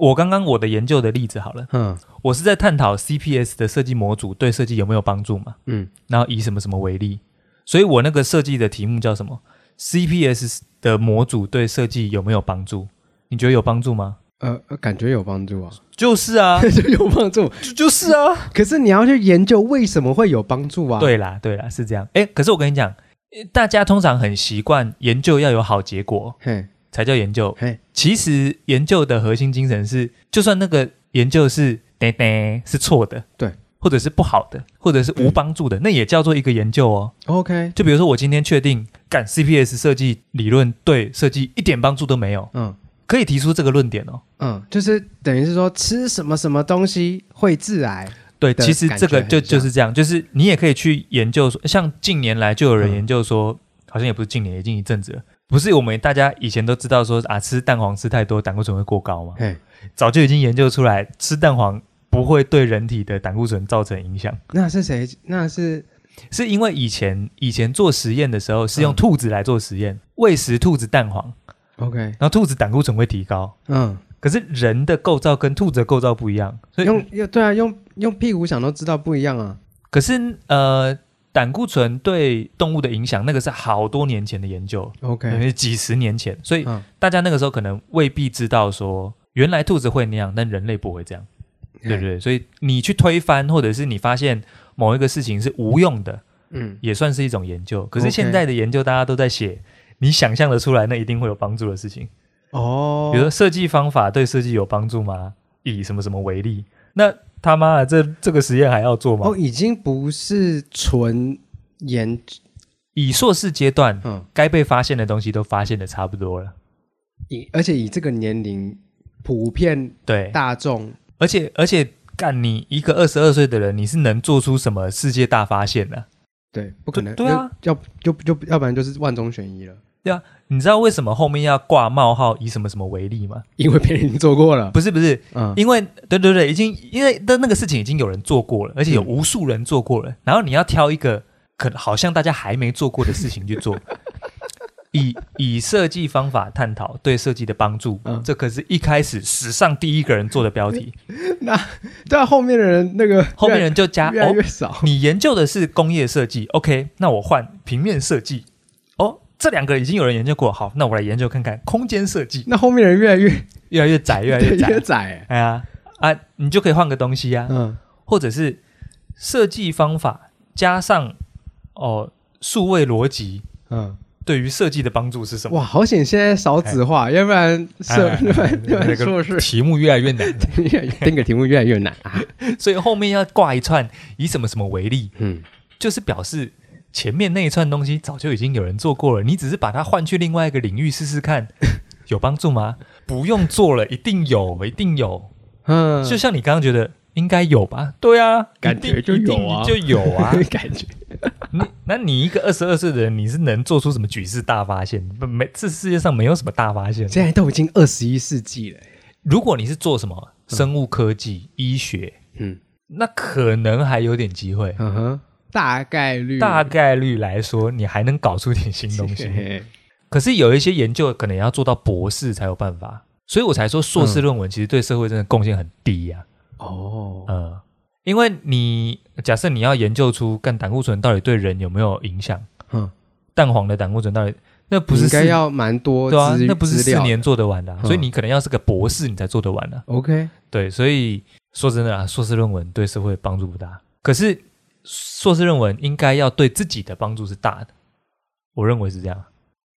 我刚刚我的研究的例子好了，嗯我是在探讨 CPS 的设计模组对设计有没有帮助嘛，嗯然后以什么什么为例，所以我那个设计的题目叫什么？CPS 的模组对设计有没有帮助？你觉得有帮助吗？呃，呃感觉有帮助啊，就是 (laughs) 啊，感觉有帮助，就就是啊，可是你要去研究为什么会有帮助啊？，对啦，对啦，是这样。哎，可是我跟你讲，诶大家通常很习惯研究要有好结果嘿，才叫研究，嘿，其实研究的核心精神是，就算那个研究是呆呆是错的，对，嗯或者是不好的，或者是无帮助的，那也叫做一个研究哦。 OK，就比如说，我今天确定干 CPS 设计理论对设计一点帮助都没有，嗯可以提出这个论点哦。嗯，就是等于是说吃什么什么东西会致癌，对，的其实这个感觉很像就就是这样，就是你也可以去研究说，像近年来就有人嗯研究说，好像也不是近年，已经一阵子了。不是我们大家以前都知道说啊，吃蛋黄吃太多胆固醇会过高嘛，嘿，早就已经研究出来，吃蛋黄不会对人体的胆固醇造成影响，那是谁？那是是因为以前以前做实验的时候是用嗯兔子来做实验，喂食兔子蛋黄， OK，然后兔子胆固醇会提高，嗯，可是人的构造跟兔子的构造不一样，所以用用对啊，用用屁股想都知道不一样啊。可是呃，胆固醇对动物的影响，那个是好多年前的研究，可能 OK，是几十年前，所以嗯，大家那个时候可能未必知道说，原来兔子会那样，但人类不会这样，对不嘿，对？所以你去推翻，或者是你发现某一个事情是无用的，嗯，也算是一种研究。可是 OK 现在的研究，大家都在写。你想象得出来，那一定会有帮助的事情。哦，比如说设计方法对设计有帮助吗？以什么什么为例？那他妈的，这这个实验还要做吗？哦，已经不是纯研，以硕士阶段，嗯，该被发现的东西都发现的差不多了。以而且以这个年龄普遍对，大众，而且而且，干你一个二十二岁的人，你是能做出什么世界大发现的、对，不可能，对对啊要，要就就要不然就是万中选一了，你知道为什么后面要挂冒号以什么什么为例吗？因为别人已经做过了，不是不是，嗯，因为对对对，已经因为那那个事情已经有人做过了，而且有嗯无数人做过了，然后你要挑一个可好像大家还没做过的事情去 (laughs) 做。以以设计方法探讨对设计的帮助，嗯这可是一开始史上第一个人做的标题。对啊，后面的人那个后面越人就加越来哦越少， (laughs) 你研究的是工业设计，OK，那我换平面设计。哦，这两个已经有人研究过，好，那我来研究看看空间设计，那后面的人越来越越来越窄，越来对越越窄。窄欸，哎呀，啊，你就可以换个东西啊，嗯或者是设计方法加上哦数位逻辑嗯，对于设计的帮助是什么？哇，好险现在少子化，要不然是 (laughs) 哎哎哎要不然要不然那个硕士题目越来越难，越来 (laughs) 越那个题目越来越 (laughs) 难啊，所以后面要挂一串以什么什么为例，嗯，就是表示前面那一串东西早就已经有人做过了，你只是把它换去另外一个领域试试看，有帮助吗？ (laughs) 不用做了，一定有，一定有。嗯， (laughs) 就像你刚刚觉得应该有吧？对啊，感觉一定就有啊一定就有 (laughs) 啊。感觉你那你一个二十二岁的人，你是能做出什么举世大发现？不没，这世界上没有什么大发现。现在都已经二十一世纪了欸，如果你是做什么生物科技、医学，嗯那可能还有点机会。嗯哼，大概率 (laughs) 大概率来说，你还能搞出点新东西。嘿可是有一些研究可能要做到博士才有办法，所以我才说硕士论文其实对社会真的贡献很低呀、嗯哦，呃，因为你假设你要研究出干胆固醇到底对人有没有影响，嗯，蛋黄的胆固醇到底那不是应该四要蛮多对啊，资那不是资四料年做得完的啊、嗯所以你可能要是个博士你才做得完的、啊。 OK，对，所以说真的啊，硕士论文对社会帮助不大，可是硕士论文应该要对自己的帮助是大的，我认为是这样。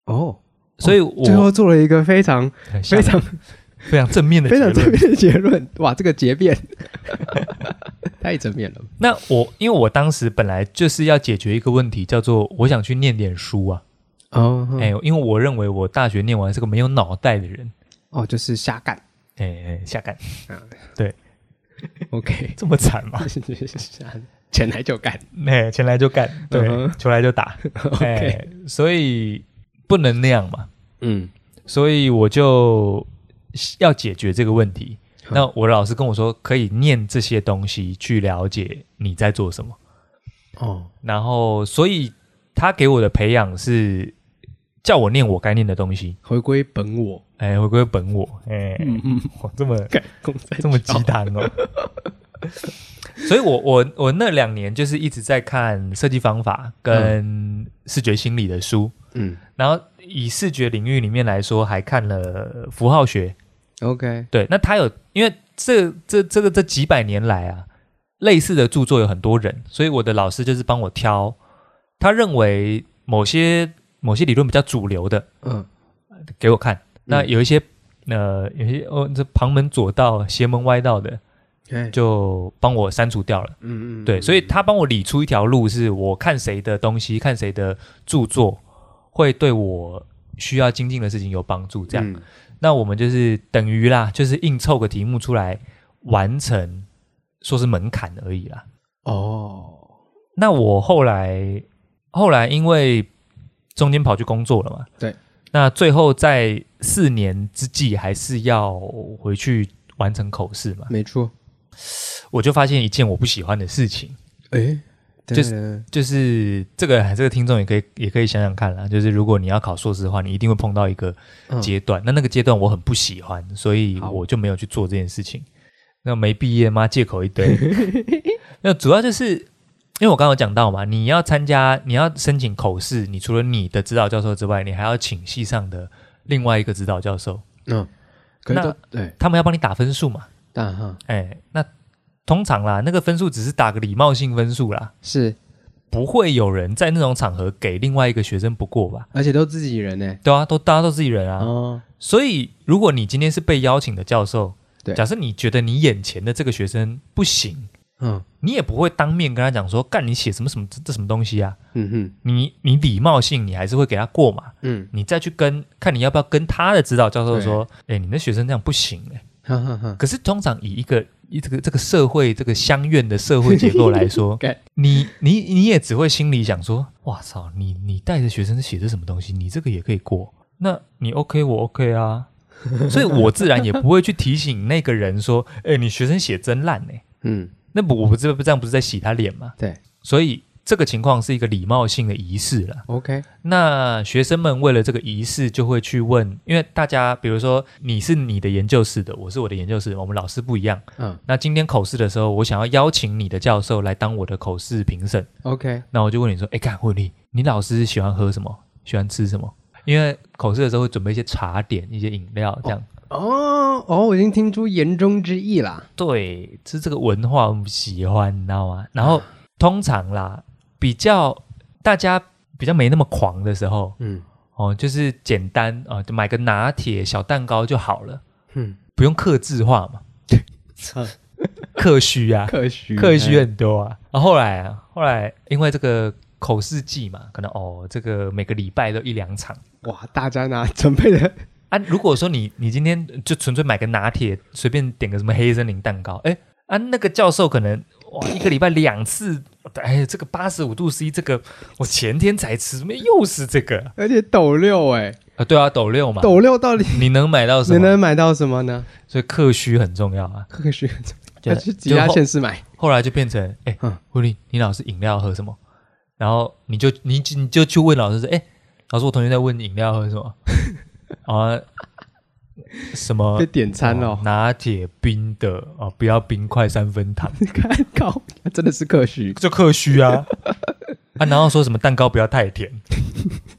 哦，所以我最后做了一个非常很像非常 (laughs) 非常正面的非常结正论面的结论，哇，这个结辩 (laughs) 太正面了，那我因为我当时本来就是要解决一个问题，叫做我想去念点书啊，哦，哎、哎，因为我认为我大学念完是个没有脑袋的人，哦，就是瞎干哎、哎下干 (laughs) ，OK， (laughs) 这么惨吗？瞎前来就干哎、前来就干，对，嗯哼球来就打，哎、 (laughs) ，OK，所以不能那样嘛，嗯，所以我就要解决这个问题。好那我的老师跟我说，可以念这些东西去了解你在做什么。哦，然后，所以他给我的培养是叫我念我该念的东西，回归本我，哎，回归本我，哎，嗯嗯，哇，这么 (laughs) 干公仔这么鸡汤哦。所以我，我我那两年就是一直在看设计方法跟视觉心理的书，嗯然后以视觉领域里面来说，还看了符号学。 ，OK，对，那他有因为这这这个这几百年来啊，类似的著作有很多人，所以我的老师就是帮我挑，他认为某些某些理论比较主流的嗯，给我看，那嗯有一些、呃有一些哦这旁门左道邪门歪道的，哎，就帮我删除掉了。嗯嗯，对，所以他帮我理出一条路，是我看谁的东西，看谁的著作，会对我需要精进的事情有帮助。这样，嗯那我们就是等于啦，就是硬凑个题目出来完成，说是门槛而已啦。哦，那我后来后来因为中间跑去工作了嘛，对，那最后在四年之际还是要回去完成口试嘛，没错，我就发现一件我不喜欢的事情。哎，就就是就是这个，这个听众也可以也可以想想看啦。就是如果你要考硕士的话，你一定会碰到一个嗯阶段，那那个阶段我很不喜欢，所以好我就没有去做这件事情。那没毕业吗？借口一堆。那主要就是因为我刚刚有讲到嘛，你要参加，你要申请口试，你除了你的指导教授之外，你还要请系上的另外一个指导教授，嗯，可是那都对，他们要帮你打分数嘛。但哈哎，那通常啦，那个分数只是打个礼貌性分数啦。是，不会有人在那种场合给另外一个学生不过吧？而且都自己人呢，对啊，都大家都自己人啊。哦，所以，如果你今天是被邀请的教授，对假设你觉得你眼前的这个学生不行，嗯你也不会当面跟他讲说，干你写什么什么这这什么东西啊？嗯哼你你礼貌性你还是会给他过嘛？嗯，你再去跟看你要不要跟他的指导教授说，哎，你那学生这样不行哎、哈哈哈，可是通常以一个以这个这个社会这个乡愿的社会结构来说 Okay，你你你也只会心里想说，哇操，你你带着学生写的什么东西，你这个也可以过，那你 OK 我 OK 啊，所以我自然也不会去提醒那个人说，哎、你学生写真烂哎、嗯那不我不这这样不是在洗他脸吗？对所以这个情况是一个礼貌性的仪式了。 ，OK，那学生们为了这个仪式，就会去问，因为大家，比如说你是你的研究室的，我是我的研究室，我们老师不一样。嗯那今天口试的时候，我想要邀请你的教授来当我的口试评审， ，OK，那我就问你说，哎，看问你，你老师喜欢喝什么？喜欢吃什么？因为口试的时候会准备一些茶点、一些饮料，这样、哦哦，我已经听出言中之意啦，对，是这个文化我们喜欢，你知道吗？然后通常啦，比较大家比较没那么狂的时候，嗯哦，就是简单啊、呃就买个拿铁、小蛋糕就好了，哼，不用克制化嘛，克虚啊，克哎虚克虚很多啊。然后后来啊，后来因为这个口试季嘛，可能哦，这个每个礼拜都一两场哇，大家拿准备的，啊。如果说你你今天就纯粹买个拿铁，随便点个什么黑森林蛋糕，哎啊，那个教授可能哇，一个礼拜两次。哎，这个八十五度 C，这个我前天才吃，怎么又是这个啊而且斗六哎，？呃对啊，斗六嘛，斗六到底你能买到什你么？能买到什么呢？所以克虚很重要啊。克 (laughs) 虚，就要去其他县市买，后来就变成，哎、嗯狐狸，你老师饮料喝什么？然后你就你你就去问老师说，哎、老师，我同学在问饮料喝什 (laughs) 么，啊，什么被点餐哦啊 (laughs) 哦，拿铁冰的哦，不要冰块三分糖， (laughs) 看靠，真的是克虚，就克虚 (laughs) 啊啊，然后说什么蛋糕不要太甜，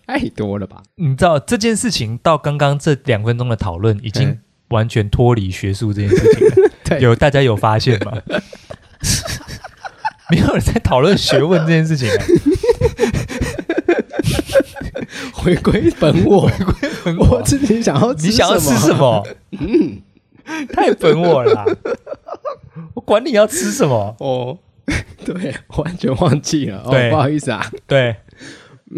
太多了吧？你知道这件事情到刚刚这两分钟的讨论已经嗯完全脱离学术这件事情了， (laughs) 对有大家有发现吗？ (laughs) 没有人在讨论学问这件事情、啊。回归本我， (laughs) 我自己想要吃，嗯你想要吃什？么？太本我了啦，我管你要吃什么。哦， (laughs) 对，完全忘记了，哦对，不好意思啊，对，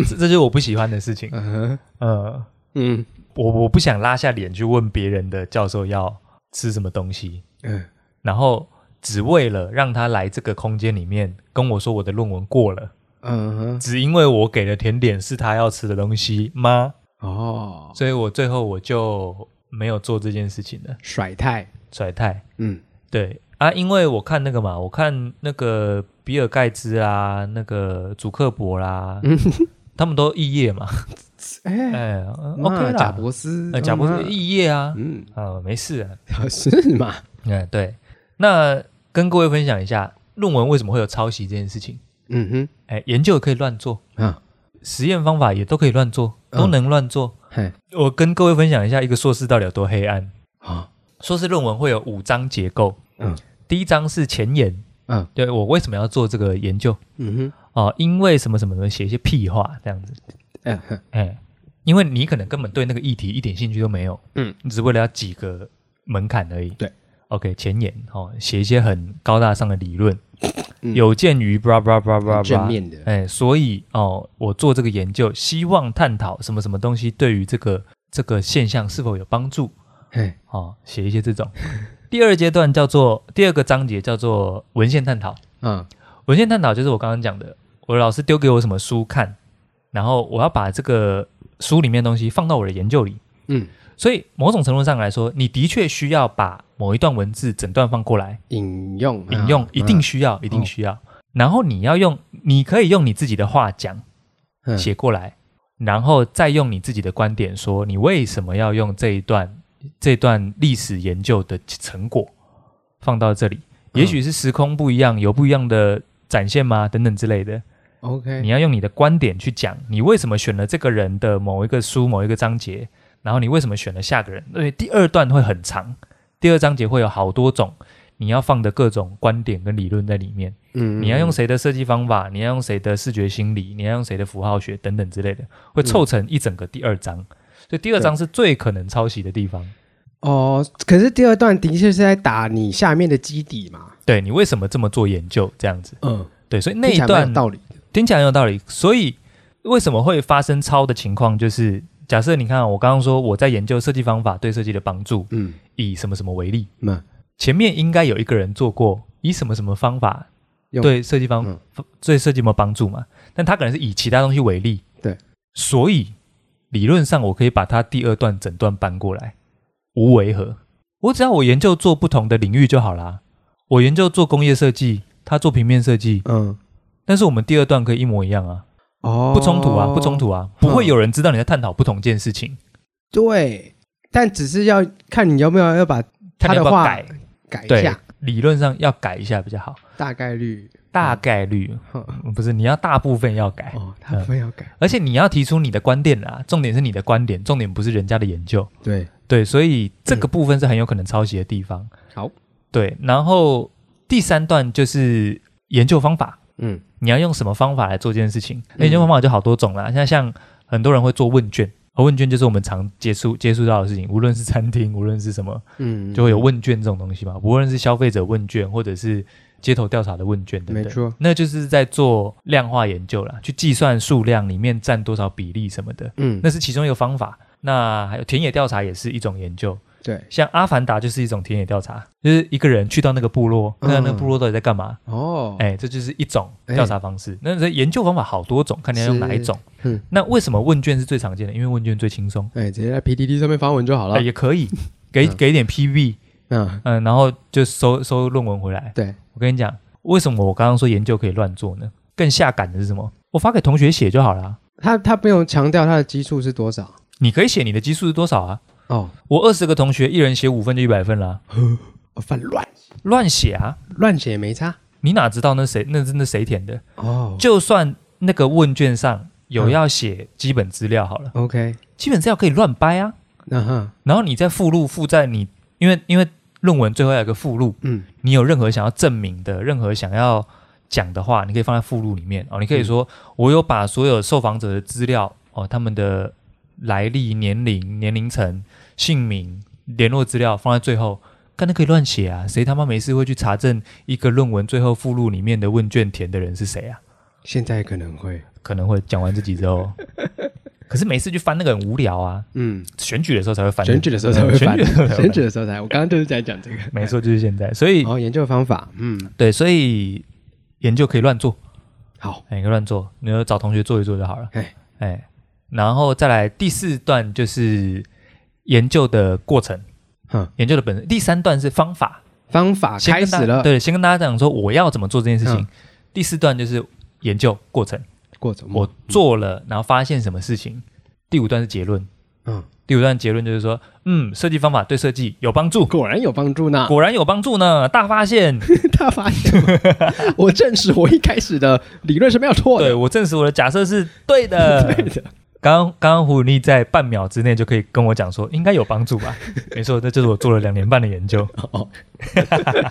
这这就是我不喜欢的事情。嗯哼呃，嗯我我不想拉下脸去问别人的教授要吃什么东西，嗯，然后只为了让他来这个空间里面跟我说我的论文过了，嗯哼，只因为我给的甜点是他要吃的东西吗？哦，所以我最后我就没有做这件事情了，甩太，甩太。嗯对啊，因为我看那个嘛，我看那个比尔盖茨啊，那个祖克伯啦，嗯，他们都异业嘛， (laughs) 哎哎、嗯那，OK 啦，贾博斯呃，，贾博士嗯异业啊，嗯， (laughs) 啊，没事啊，是嘛？哎，对，那跟各位分享一下，论文为什么会有抄袭这件事情，嗯哎，研究可以乱做，哼，啊，实验方法也都可以乱做，嗯都能乱做。嘿，我跟各位分享一下一个硕士到底有多黑暗，啊，硕士论文会有五章结构，嗯第一章是前言，嗯对我为什么要做这个研究。嗯哼，哦，因为什么什么什么写一些屁话这样子，哎哼哎，因为你可能根本对那个议题一点兴趣都没有，嗯，你只是为了要几个门槛而已，对， OK 前言哦，写一些很高大上的理论，嗯有鉴于 bra bra bra bra 很 bra 正面的，哎，所以哦，我做这个研究，希望探讨什么什么东西对于这个这个现象是否有帮助。嘿，哦，写一些 (laughs) 这种。第二阶段叫做第二个章节叫做文献探讨。嗯文献探讨就是我刚刚讲的，我老师丢给我什么书看，然后我要把这个书里面的东西放到我的研究里。嗯，所以某种程度上来说，你的确需要把某一段文字整段放过来引用引用啊，一定需要，一定需要。然后你要用，你可以用你自己的话讲，嗯写过来，然后再用你自己的观点说你为什么要用这一段这段历史研究的成果放到这里，嗯也许是时空不一样，有不一样的展现吗？等等之类的，你，OK，要用你的观点去讲你为什么选了这个人的某一个书某一个章节，然后你为什么选了下个人，对，第二段会很长，第二章节会有好多种。你要放的各种观点跟理论在里面，嗯你要用谁的设计方法，你要用谁的视觉心理，你要用谁的符号学等等之类的，会凑成一整个第二章。所以第二章是最可能抄袭的地方。哦，可是第二段的确是在打你下面的基底嘛，对你为什么这么做研究这样子？嗯，对，所以那听一起来蛮有段道理的，听起来很有道理。所以为什么会发生抄的情况？就是假设你看啊我刚刚说我在研究设计方法对设计的帮助，嗯，以什么什么为例，那前面应该有一个人做过以什么什么方法用对设计方、嗯对设计有没有帮助嘛？但他可能是以其他东西为例，对，所以理论上我可以把它第二段整段搬过来，无违和。我只要我研究做不同的领域就好啦。我研究做工业设计，他做平面设计，嗯，但是我们第二段可以一模一样啊，哦，嗯不冲突啊，不冲，突啊，不会有人知道你在探讨不同件事情，对，但只是要看你有没有要把他看你要的不要话改。改一对下，，理论上要改一下比较好，大概率，大概率、哼不是你要大部分要改，哦，他没有改，而且你要提出你的观点啊，重点是你的观点，重点不是人家的研究。对，对，所以这个部分是很有可能抄袭的地方。好，对，然后第三段就是研究方法，嗯你要用什么方法来做这件事情？嗯研究方法就好多种啦，像像很多人会做问卷，而问卷就是我们常接触接触到的事情，无论是餐厅，无论是什么，嗯，就会有问卷这种东西嘛，无论是消费者问卷或者是街头调查的问卷等等，没错那就是在做量化研究啦，去计算数量里面占多少比例什么的，嗯，那是其中一个方法。那还有田野调查也是一种研究，对，像《阿凡达》就是一种田野调查，就是一个人去到那个部落，嗯看看那个部落到底在干嘛，哦，哎、这就是一种调查方式。那这研究方法好多种，看你要用哪一种。是嗯那为什么问卷是最常见的？因为问卷最轻松，哎，直接在 PDD 上面发文就好哎了，也可以给嗯给一点 PV，嗯，嗯，然后就收收论文回来。对，我跟你讲，为什么我刚刚说研究可以乱做呢？更下感的是什么？我发给同学写就好啦。他他没有强调他的基数是多少，你可以写你的基数是多少啊？哦，我二十个同学，一人写五分就一百分啦，哦反乱乱写啊！乱写没差，你哪知道那谁那真的谁填的？哦就算那个问卷上有要写基本资料好了， ，OK，基本资料可以乱掰啊。那哈，然后你再附录附在你，因为因为论文最后要有个附录，嗯，你有任何想要证明的、任何想要讲的话，你可以放在附录里面哦。你嗯可以说、我有把所有受访者的资料哦，他们的来历、年龄、年龄层、姓名、联络资料放在最后。干那可以乱写啊！谁他妈没事会去查证一个论文最后附录里面的问卷填的人是谁啊？现在可能会，可能会讲完这几周，可是每次去翻那个很无聊啊。嗯，选举的时候才会翻，选举的时候才会选翻举的时候才，会翻选举的时候才，我刚刚就是在讲这个，没错，就是现在。所以、哦，研究方法，嗯，对，所以研究可以乱做，好，哎，你可以乱做，你就找同学做一做就好了。哎，哎，然后再来第四段就是研究的过程，哼，研究的本身。第三段是方法，方法先开跟大始了，对，先跟大家讲说我要怎么做这件事情。嗯第四段就是研究过程，过程，我做了，然后发现什么事情。第五段是结论，嗯，第五段结论就是说，嗯，设计方法对设计有帮助，果然有帮助呢，果然有帮助呢，大发现。 (laughs) 他发现我 (laughs) 我证实我一开始的理论是没有错对的，我证实我的假设是对 (laughs) 的。对的，刚刚刚胡力在半秒之内就可以跟我讲说，应该有帮助吧？ (laughs) 没错，这就是我做了两年半的研究，哦，嗯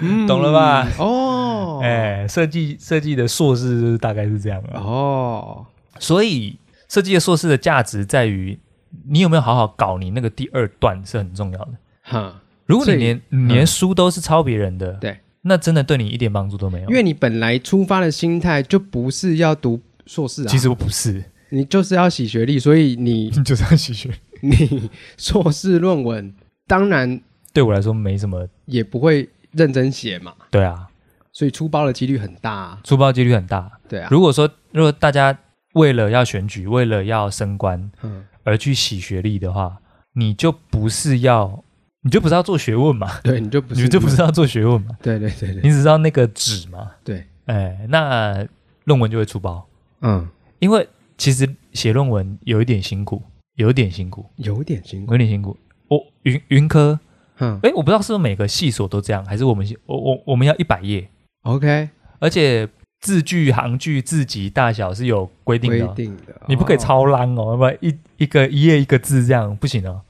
嗯懂了吧？哦，哎、设计设计的硕士就是大概是这样啊。哦，所以设计的硕士的价值在于你有没有好好搞你那个第二段是很重要的。哈，如果你所以嗯连你连书都是抄别人的，对，那真的对你一点帮助都没有。因为你本来出发的心态就不是要读硕士啊，其实我不是，你就是要洗学历，所以你 (laughs) (laughs) 就是要洗学，你硕士论文当然对我来说没什么。也不会认真写嘛，对啊，所以出包的几率很大、啊。出包几率很大。对啊，如果说如果大家为了要选举，为了要升官嗯，而去洗学历的话，你就不是要，你就不是要做学问嘛，对，你就不是，你就不是要做学问嘛，对对对对你只知道那个纸嘛。对，哎，那论文就会出包，嗯，因为其实写论文有一点辛苦，有一点辛苦，有点辛苦。有一点辛苦。我、云云科，嗯哎，我不知道是不是每个系所都这样，还是我们系我我我们要一百页， ，OK，而且字句、行距、字级大小是有规定规的哦、定的，你不可以哦。超浪哦，要不然一一个一页一个字这样不行哦。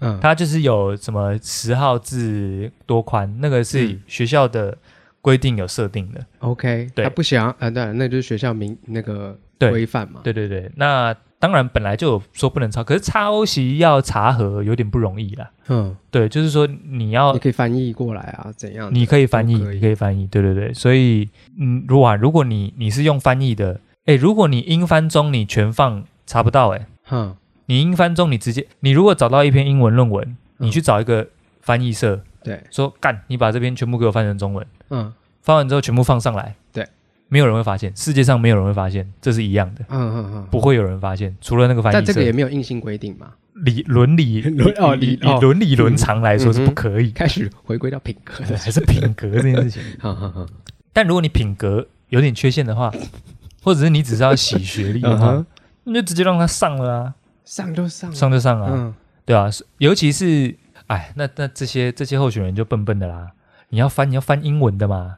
嗯，它就是有什么十号字多宽，那个是嗯学校的规定有设定的。 OK，对他不想啊，对，那就是学校明那个对规范嘛。对对对，那当然本来就有说不能抄，可是抄袭要查核有点不容易啦。嗯，对，就是说你你要。可以翻译过来啊，怎样的？你可以翻译，都可以你可以翻译，对对对，所以，嗯，如果啊如果你你是用翻译的，哎，如果你英翻中你全放查不到，哎，哼，你英翻中你直接，你如果找到一篇英文论文，你去找一个翻译社，对，说干，你把这边全部给我翻成中文，嗯翻完之后全部放上来，对，没有人会发现，世界上没有人会发现，这是一样的，嗯嗯嗯。不会有人发现，除了那个翻译社。但这个也没有硬性规定嘛。理伦理伦 (laughs) 哦以理哦嗯以伦理伦常来说是不可以， (laughs) 开始回归到品 (laughs) 格对了，还是品格这件 (laughs) 事情。哈哈哈。但如果你品格有点缺陷的话，或者是你只是要洗学历的嗯话哼，，那就直接让他上了啊，上就上，上就上啊。嗯，对啊，是尤其是哎，那那这些这些候选人就笨笨的啦。你要翻，你要翻英文的嘛，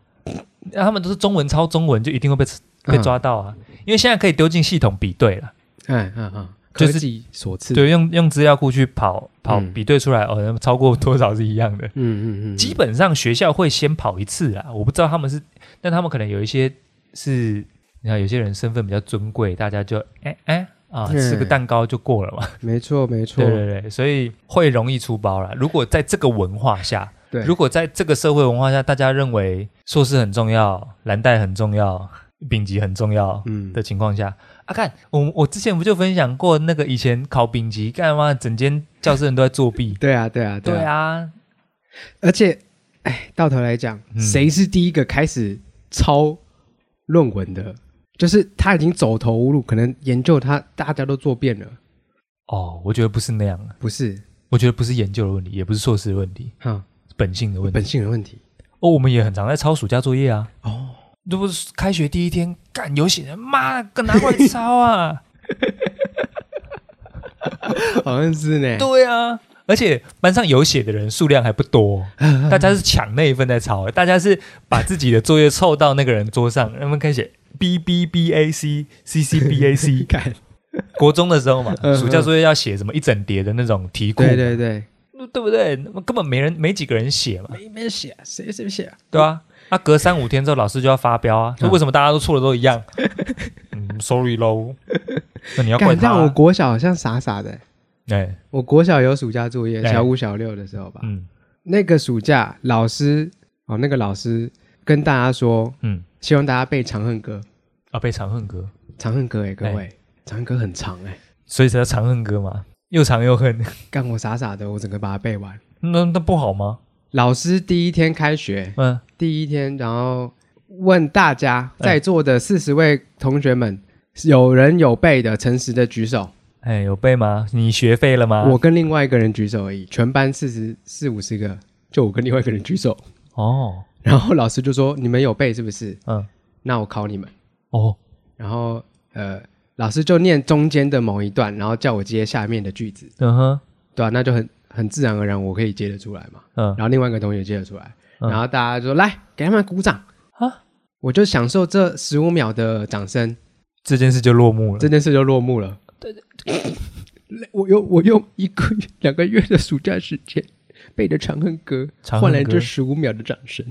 那他们都是中文抄中文，就一定会被被抓到啊。因为现在可以丢进系统比对了，嗯，嗯嗯嗯，就是科技所赐。，对，用用资料库去跑跑嗯比对出来，哦，超过多少是一样的。嗯嗯嗯，基本上学校会先跑一次啊，我不知道他们是，但他们可能有一些是，你看有些人身份比较尊贵，大家就哎哎啊，对吃个蛋糕就过了嘛。没错没错对，对对，所以会容易出包啦。如果在这个文化下，对，如果在这个社会文化下，大家认为硕士很重要，蓝带很重要，丙级很重要嗯。的情况下，啊，看我我之前不就分享过那个以前考丙级干嘛，整间教室人都在作弊对啊对啊 (laughs) 对啊，啊，而且，哎，到头来讲，嗯谁是第一个开始抄论文的？就是他已经走投无路，可能研究他大家都做遍了，哦，我觉得不是那样啊，不是？我觉得不是研究的问题，也不是硕士的问题，哈，是本性的问本题。性的问题。哦，我们也很常在抄暑假作业啊。哦，这不是开学第一天干有写人，妈，跟拿过来抄 (laughs) 啊！ (laughs) 好像是呢。对啊，而且班上有写的人数量还不 (laughs) 多，大家是抢那一份在抄，大家是把自己的作业凑到那个人桌上，他们开始 B B B A C C C B A C。看， (laughs) 国中的时候嘛，嗯嗯暑假作业要写什么一整叠的那种题库，对对对，对不对？那么根本没人没几个人写嘛，没没写，谁谁写？对啊。那、隔三五天之后，老师就要发飙啊！嗯说为什么大家都错的都一 (laughs) 样？嗯，sorry 喽。那你要怪敢他、让我啊。国小好像傻傻的。哎，我国小有暑假作业，哎小五小六的时候吧。嗯那个暑假，老师哦，那个老师跟大家说，嗯，希望大家背《长恨歌》。啊，背《长恨歌》， 《长恨歌》哎，各位，长恨歌》很长哎、所以才叫《长恨歌》嘛，又长又恨。 (laughs) 干我傻傻的，我整个把它背完。那那不好吗？老师第一天开学，嗯，第一天，然后问大家哎在座的四十位同学们，有人有背的，诚实的举手。哎，有背吗？你学费了吗？我跟另外一个人举手而已，全班四十四五十个，就我跟另外一个人举手。哦，然后老师就说：“你们有背是不是？嗯，那我考你们。哦，”然后呃，老师就念中间的某一段，然后叫我接下面的句子，嗯哼，对啊，那就很很自然而然，我可以接得出来嘛。嗯然，后另外一个同学接得出来，嗯然后大家就说来给他们鼓掌啊啊！我就享受这十五秒的掌声，这件事就落幕了这。件事就落幕了。我用我用一个月两个月的暑假时间背的《长恨歌》，长换恨歌来这十五秒的掌声。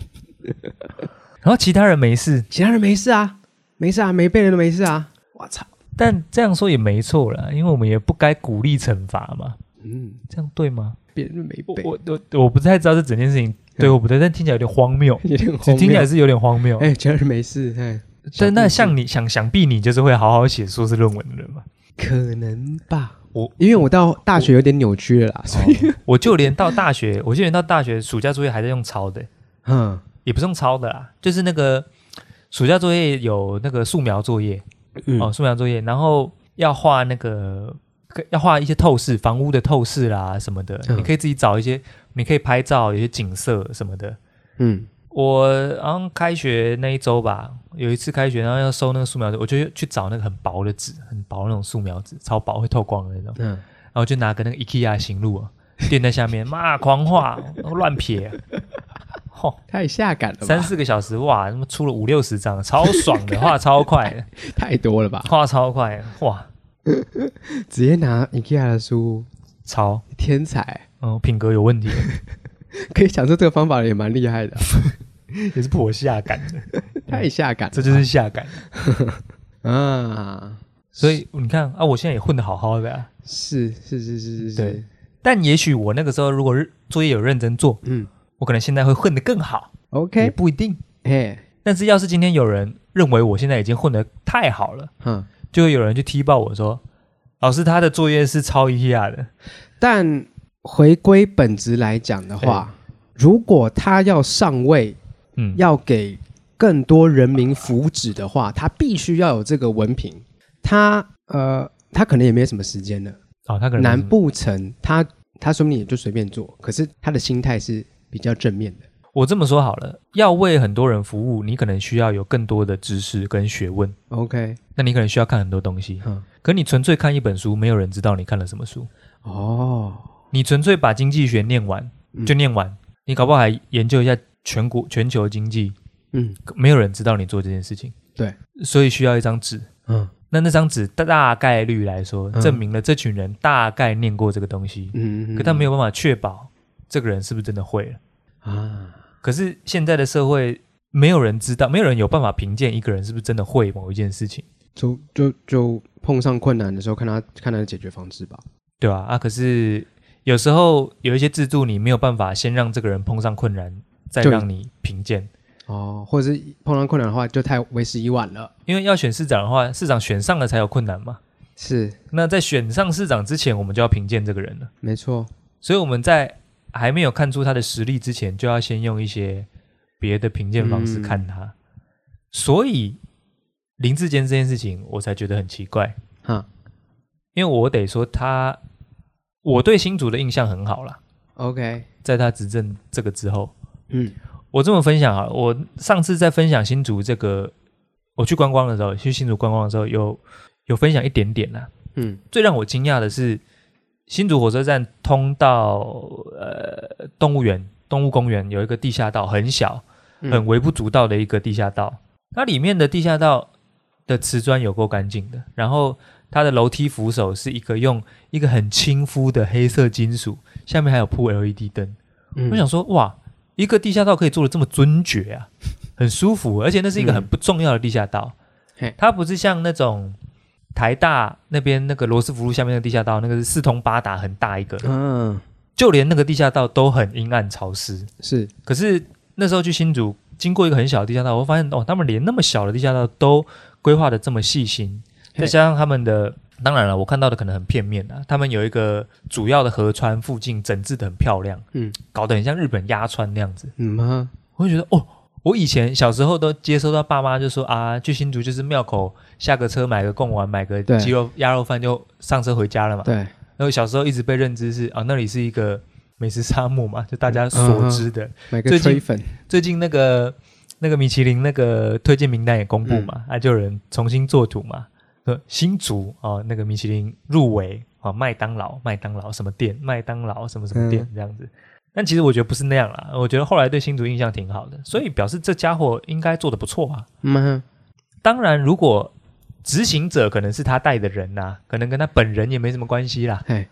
然后其他人没事，其他人没事啊，没事啊，没背的都没事啊。我操，但这样说也没错啦，因为我们也不该鼓励惩罚嘛，嗯，这样对吗？别人没我背，我我我不太知道这整件事情对或不对，但听起来有点荒谬，有点荒听起来谬。是有点荒谬。哎，其他人没事，哎，但那小像你想想必你就是会好好写硕士论文的人嘛。可能吧，我因为我到大学有点扭曲了啦，所以， (laughs) 哦我就连到大学，我就连到大学暑假作业还在用抄的、嗯也不是用抄的啦，就是那个暑假作业有那个素描作业、哦，嗯素描作业，然后要画那个要画一些透视，房屋的透视啦什么的，嗯你可以自己找一些，你可以拍照，有些景色什么的。嗯，我好像开学那一周吧，有一次开学，然后要收那个素描纸，我就去找那个很薄的纸，很薄那种素描纸，超薄会透光的那种，嗯，然后就拿个那个 IKEA 行路啊，垫在下面， (laughs) 妈狂画，乱撇、 (laughs) 吼、太下感了三吧，四个小时，哇，他妈出了五六十张，超爽 (laughs) 的，画超快的，太多了吧，画超快的，哇，直接拿 IKEA 的书，超，天才，嗯，品格有问题，可以想出这个方法的也蛮厉害 (laughs) 的， (laughs) 啊也是颇下感的，太下感了吧， (laughs) 这就是下 (laughs) 感。啊，所以你看啊，我现在也混得好好的、啊，是是是是是对是，但也许我那个时候如果是作业有认真做，嗯我可能现在会混得更好，也，OK，不一定。哎，但是要是今天有人认为我现在已经混得太好了，嗯，就会有人去踢爆我说，老师他的作业是抄 IKEA 的，但回归本质来讲的话，如果他要上位，嗯，要给更多人民福祉的话，他必须要有这个文凭。他呃，他可能也没什么时间了，哦，他可能难不成他他说不定也就随便做，可是他的心态是比较正面的。我这么说好了，要为很多人服务，你可能需要有更多的知识跟学问， OK，那你可能需要看很多东西。嗯，可你纯粹看一本书，没有人知道你看了什么书。哦，你纯粹把经济学念完嗯就念完，你搞不好还研究一下全国全球经济，嗯可没有人知道你做这件事情。对，所以需要一张纸。嗯那那张纸大大概率来说，嗯证明了这群人大概念过这个东西，嗯，可他没有有办法确保这个人是不是真的会了。啊，可是现在的社会，没有人知道，没有人有办法评鉴一个人是不是真的会某一件事情，就就就碰上困难的时候，看他看他的解决方式吧。对吧、啊？可是有时候有一些制度，你没有办法先让这个人碰上困难，再对让你评鉴。哦，或者是碰到困难的话，就太为时已晚了。因为要选市长的话，市长选上了才有困难嘛。是，那在选上市长之前，我们就要评鉴这个人了。没错。所以我们在还没有看出他的实力之前，就要先用一些别的评鉴方式看他。所以林志坚这件事情，我才觉得很奇怪，哈因为我得说他，我对新竹的印象很好啦， ，OK，在他执政这个之后，嗯我这么分享啊，我上次在分享新竹这个，我去观光的时候，去新竹观光的时候，有有分享一点点啦、嗯最让我惊讶的是，新竹火车站通到呃动物园、动物公园有一个地下道，很小，嗯很微不足道的一个地下道。它里面的地下道的瓷砖有够干净的，然后它的楼梯扶手是一个用一个很亲肤的黑色金属，下面还有铺 LED 灯。嗯我想说，哇，一个地下道可以做的这么尊爵啊，很舒服，而且那是一个很嗯不重要的地下道，嘿它不是像那种台大那边那个罗斯福路下面的地下道，那个是四通八达，很大一 (laughs) 个，嗯就连那个地下道都很阴暗潮湿。是可是那时候去新竹，经过一个很小的地下道，我发现哦，他们连那么小的地下道都规划的这么细心，嘿再加上他们的。当然了，我看到的可能很片面啊。他们有一个主要的河川附近整治的很漂亮，嗯搞得很像日本鸭川那样子。嗯哈我会觉得哦，我以前小时候都接收到爸妈就说啊，去新竹就是庙口下个车买个贡丸，买个对鸡肉鸭肉饭就上车回家了嘛。对然后小时候一直被认知是啊，那里是一个美食沙漠嘛，就大家所知的。买个最近吹粉最近那个那个米其林那个推荐名单也公布嘛，啊，就有人重新做图嘛，说新竹哦，那个米其林入围哦，麦当劳、麦当劳什么店、麦当劳什么什么店这样子。但其实我觉得不是那样啦，我觉得后来对新竹印象挺好的，所以表示这家伙应该做的不错啊。嗯哈当然，如果执行者可能是他带的人呐、可能跟他本人也没什么关系啦。嘿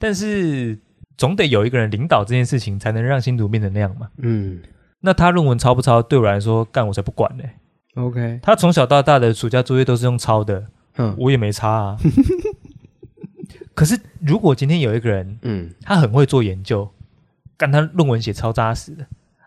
但是总得有一个人领导这件事情，才能让新竹变成那样嘛。嗯那他论文抄不抄，对我来说，干我才不管呢、 OK 他从小到大的暑假作业都是用抄的，嗯我也没差 (laughs) 啊。可是如果今天有一个人，嗯，他很会做研究，但他论文写超扎实的，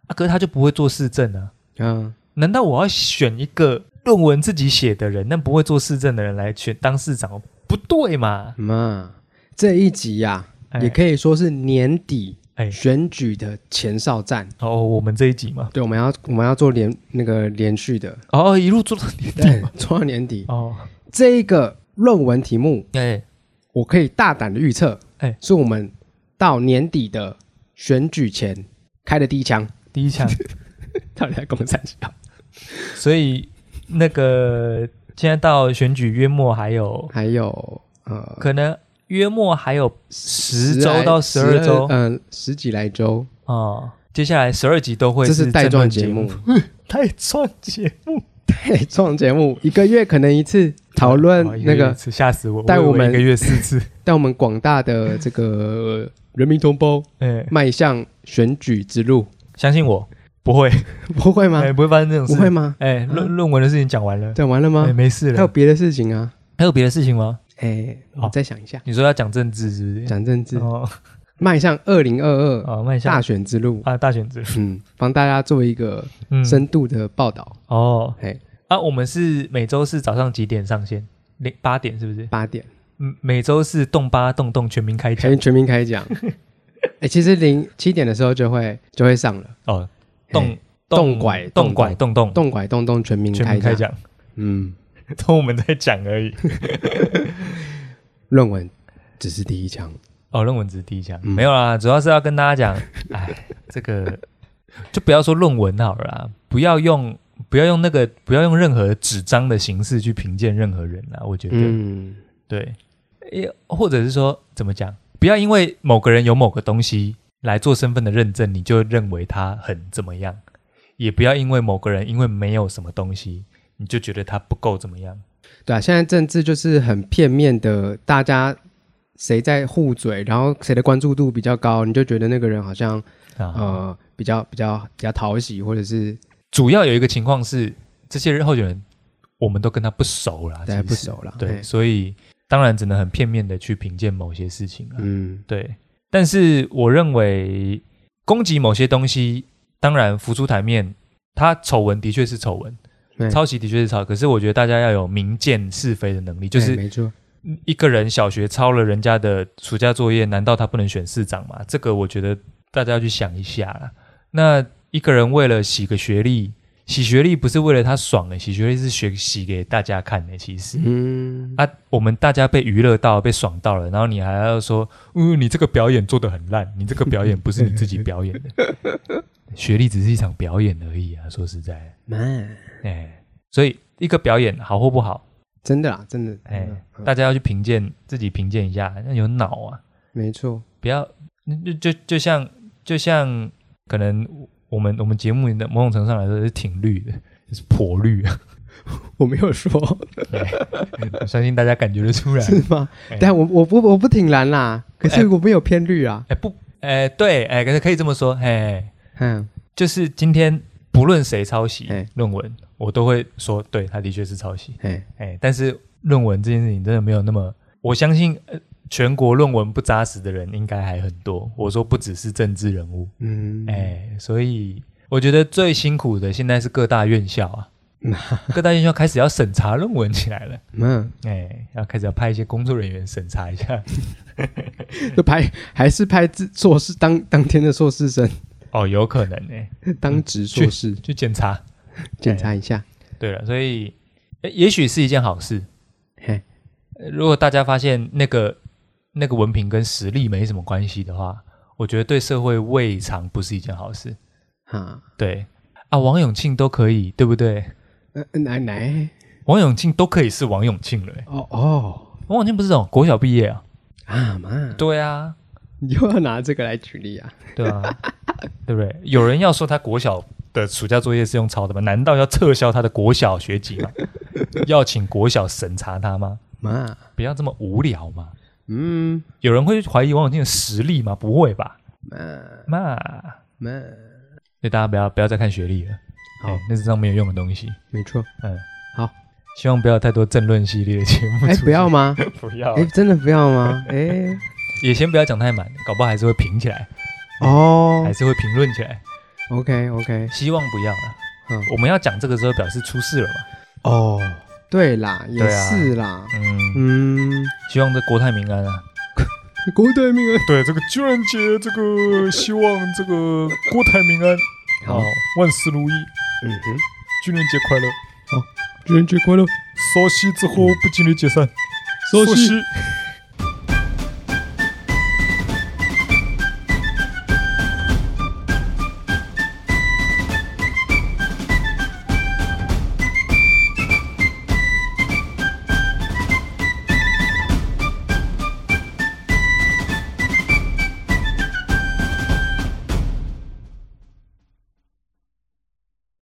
啊，可是他就不会做市政啊。嗯，难道我要选一个论文自己写的人，但不会做市政的人来选当市长？不对嘛？嘛，这一集呀、哎也可以说是年底哎选举的前哨战。哦，我们这一集嘛，对，我们要我们要做连那个连续 (laughs) 的，哦，一路做到年底对嘛。，做到年底。哦，这一个论文题目，哎，我可以大胆的预测，哎是我们到年底的选举前开的第一枪。第一枪，到底在跟我三小？所以那个现在到选举约莫还有还有呃，可能约莫还有十周来到十二周嗯、十几来周，哦。接下来十二集都会这是带政状论节目， (laughs) 带状节目带状节目，一个月可能一次讨论 (laughs) 哦一那月一个次吓死我，带以为我们一个月四 (laughs) 次，带我们广大的这个呃人民同 (laughs) 胞哎，迈向选举之路，相信我不会，不会吗？哎， (laughs) 不会发生这种不事，会吗？哎，论论文的事情讲完了，讲完了吗哎，？没事还有了，别的事情啊？还有别的事情吗？哎，好我再想一下，你说要讲政治是不是？讲政治，哦，迈向二零二二哦，那一下大选之路，啊，大选制，嗯，帮大家做一个嗯，深度的报道。哦哎，啊，我们是每周四早上几点上线？零八点是不是？八点，嗯，每周四动八动动全民开全讲民全民开 (laughs) 讲。哎，其实零七点的时候就会就会上了，哦，动哎动拐动拐动动动拐动动全民全开民开讲，讲， (laughs) 嗯，都我们在讲 (laughs) 而已。论文只是第一枪，哦，论文只是第一讲，嗯没有啦，主要是要跟大家讲， (laughs) 哎，这个就不要说论文好了啦，不要用不要用那个不要用任何纸张的形式去评鉴任何人啦，我觉得、嗯，对，也或者是说怎么讲，不要因为某个人有某个东西来做身份的认证，你就认为他很怎么样，也不要因为某个人因为没有什么东西，你就觉得他不够怎么样。对啊，现在政治就是很片面的，大家谁在互嘴，然后谁的关注度比较高，你就觉得那个人好像啊，呃比较比较比较讨喜，或者是主要有一个情况是，这些人候选人我们都跟他不熟啦，大家啊其不实熟啦。对，嘿，所以当然只能很片面的去评鉴某些事情了。嗯，对，但是我认为攻击某些东西，当然浮出台面，它丑闻的确是丑闻，对抄袭的确是抄，可是我觉得大家要有明鉴是非的能力，就对是哎没错，一个人小学抄了人家的暑假作业，难道他不能选市长吗？这个我觉得大家要去想一下啦。那一个人为了洗个学历，洗学历不是为了他爽诶、洗学历是学洗给大家看的、其实。嗯，啊，我们大家被娱乐到，被爽到了，然后你还要说，嗯，你这个表演做的很烂，你这个表演不是你自己表演的，学历只是一场表演而已啊。说实在的， man，哎，所以一个表演好或不好，真的啦，真的，哎真的，嗯大家要去评鉴，自己评鉴一下，那有脑啊，没错，不要就就就像就像可能我们我们节目的某种程度上来说是挺绿的，就是颇绿啊， (laughs) 我没有说我相信大家感觉得出来。是吗哎？但我我不我不挺蓝啦，可哎是我没有偏绿啊，哎，不，哎，对，哎，可是可以这么说，哎。嗯，就是今天不论谁抄袭哎论文，我都会说，对他的确是抄袭。哎，哎，但是论文这件事情真的没有那么，我相信、呃、全国论文不扎实的人应该还很多。我说不只是政治人物，嗯，哎，所以我觉得最辛苦的现在是各大院校 (laughs) 啊嗯，各大院校开始要审查论文起来了，嗯， (laughs) 哎，要开始要派一些工作人员审查一下。就拍还是拍自硕士当当天的硕士生。哦，有可能哎、当值硕士去检查。检查一下，对了，所以呃也许是一件好事，嘿，呃如果大家发现那个那个文凭跟实力没什么关系的话，我觉得对社会未尝不是一件好事。哈，对啊，王永庆都可以，对不对？呃奶奶，王永庆都可以是王永庆了欸。哦哦王永庆不是哦，国小毕业啊？啊妈，对啊，你又要拿这个来举例啊？对啊，对不对？有人要说他国小的暑假作业是用抄的吗？难道要撤销他的国小学籍吗？要请国小审查他吗？妈，不要这么无聊嘛！嗯，有人会怀疑王永庆的实力吗？不会吧？妈那嗯妈，哎所以大家不要不要再看学历了，好哎，那是张没有用的东西。没错，嗯，好，希望不要太多政论系列的节目出哎、现。不要吗？ (laughs) 不要哎、，真的不要吗？哎、也先不要讲太满，搞不好还是会评起来，哦还是会评论起来。 ，OK OK，希望不要了。嗯，我们要讲这个时候表示出事了嘛？哦，对啦，也对啊是啦，嗯，嗯，希望这国泰民安啊。国泰民安，对，这个居然节，这个希望这个国泰民安，好，万事如意，嗯哼，军人节快乐，愚人节快乐，稍息之后不军人解散，稍息息，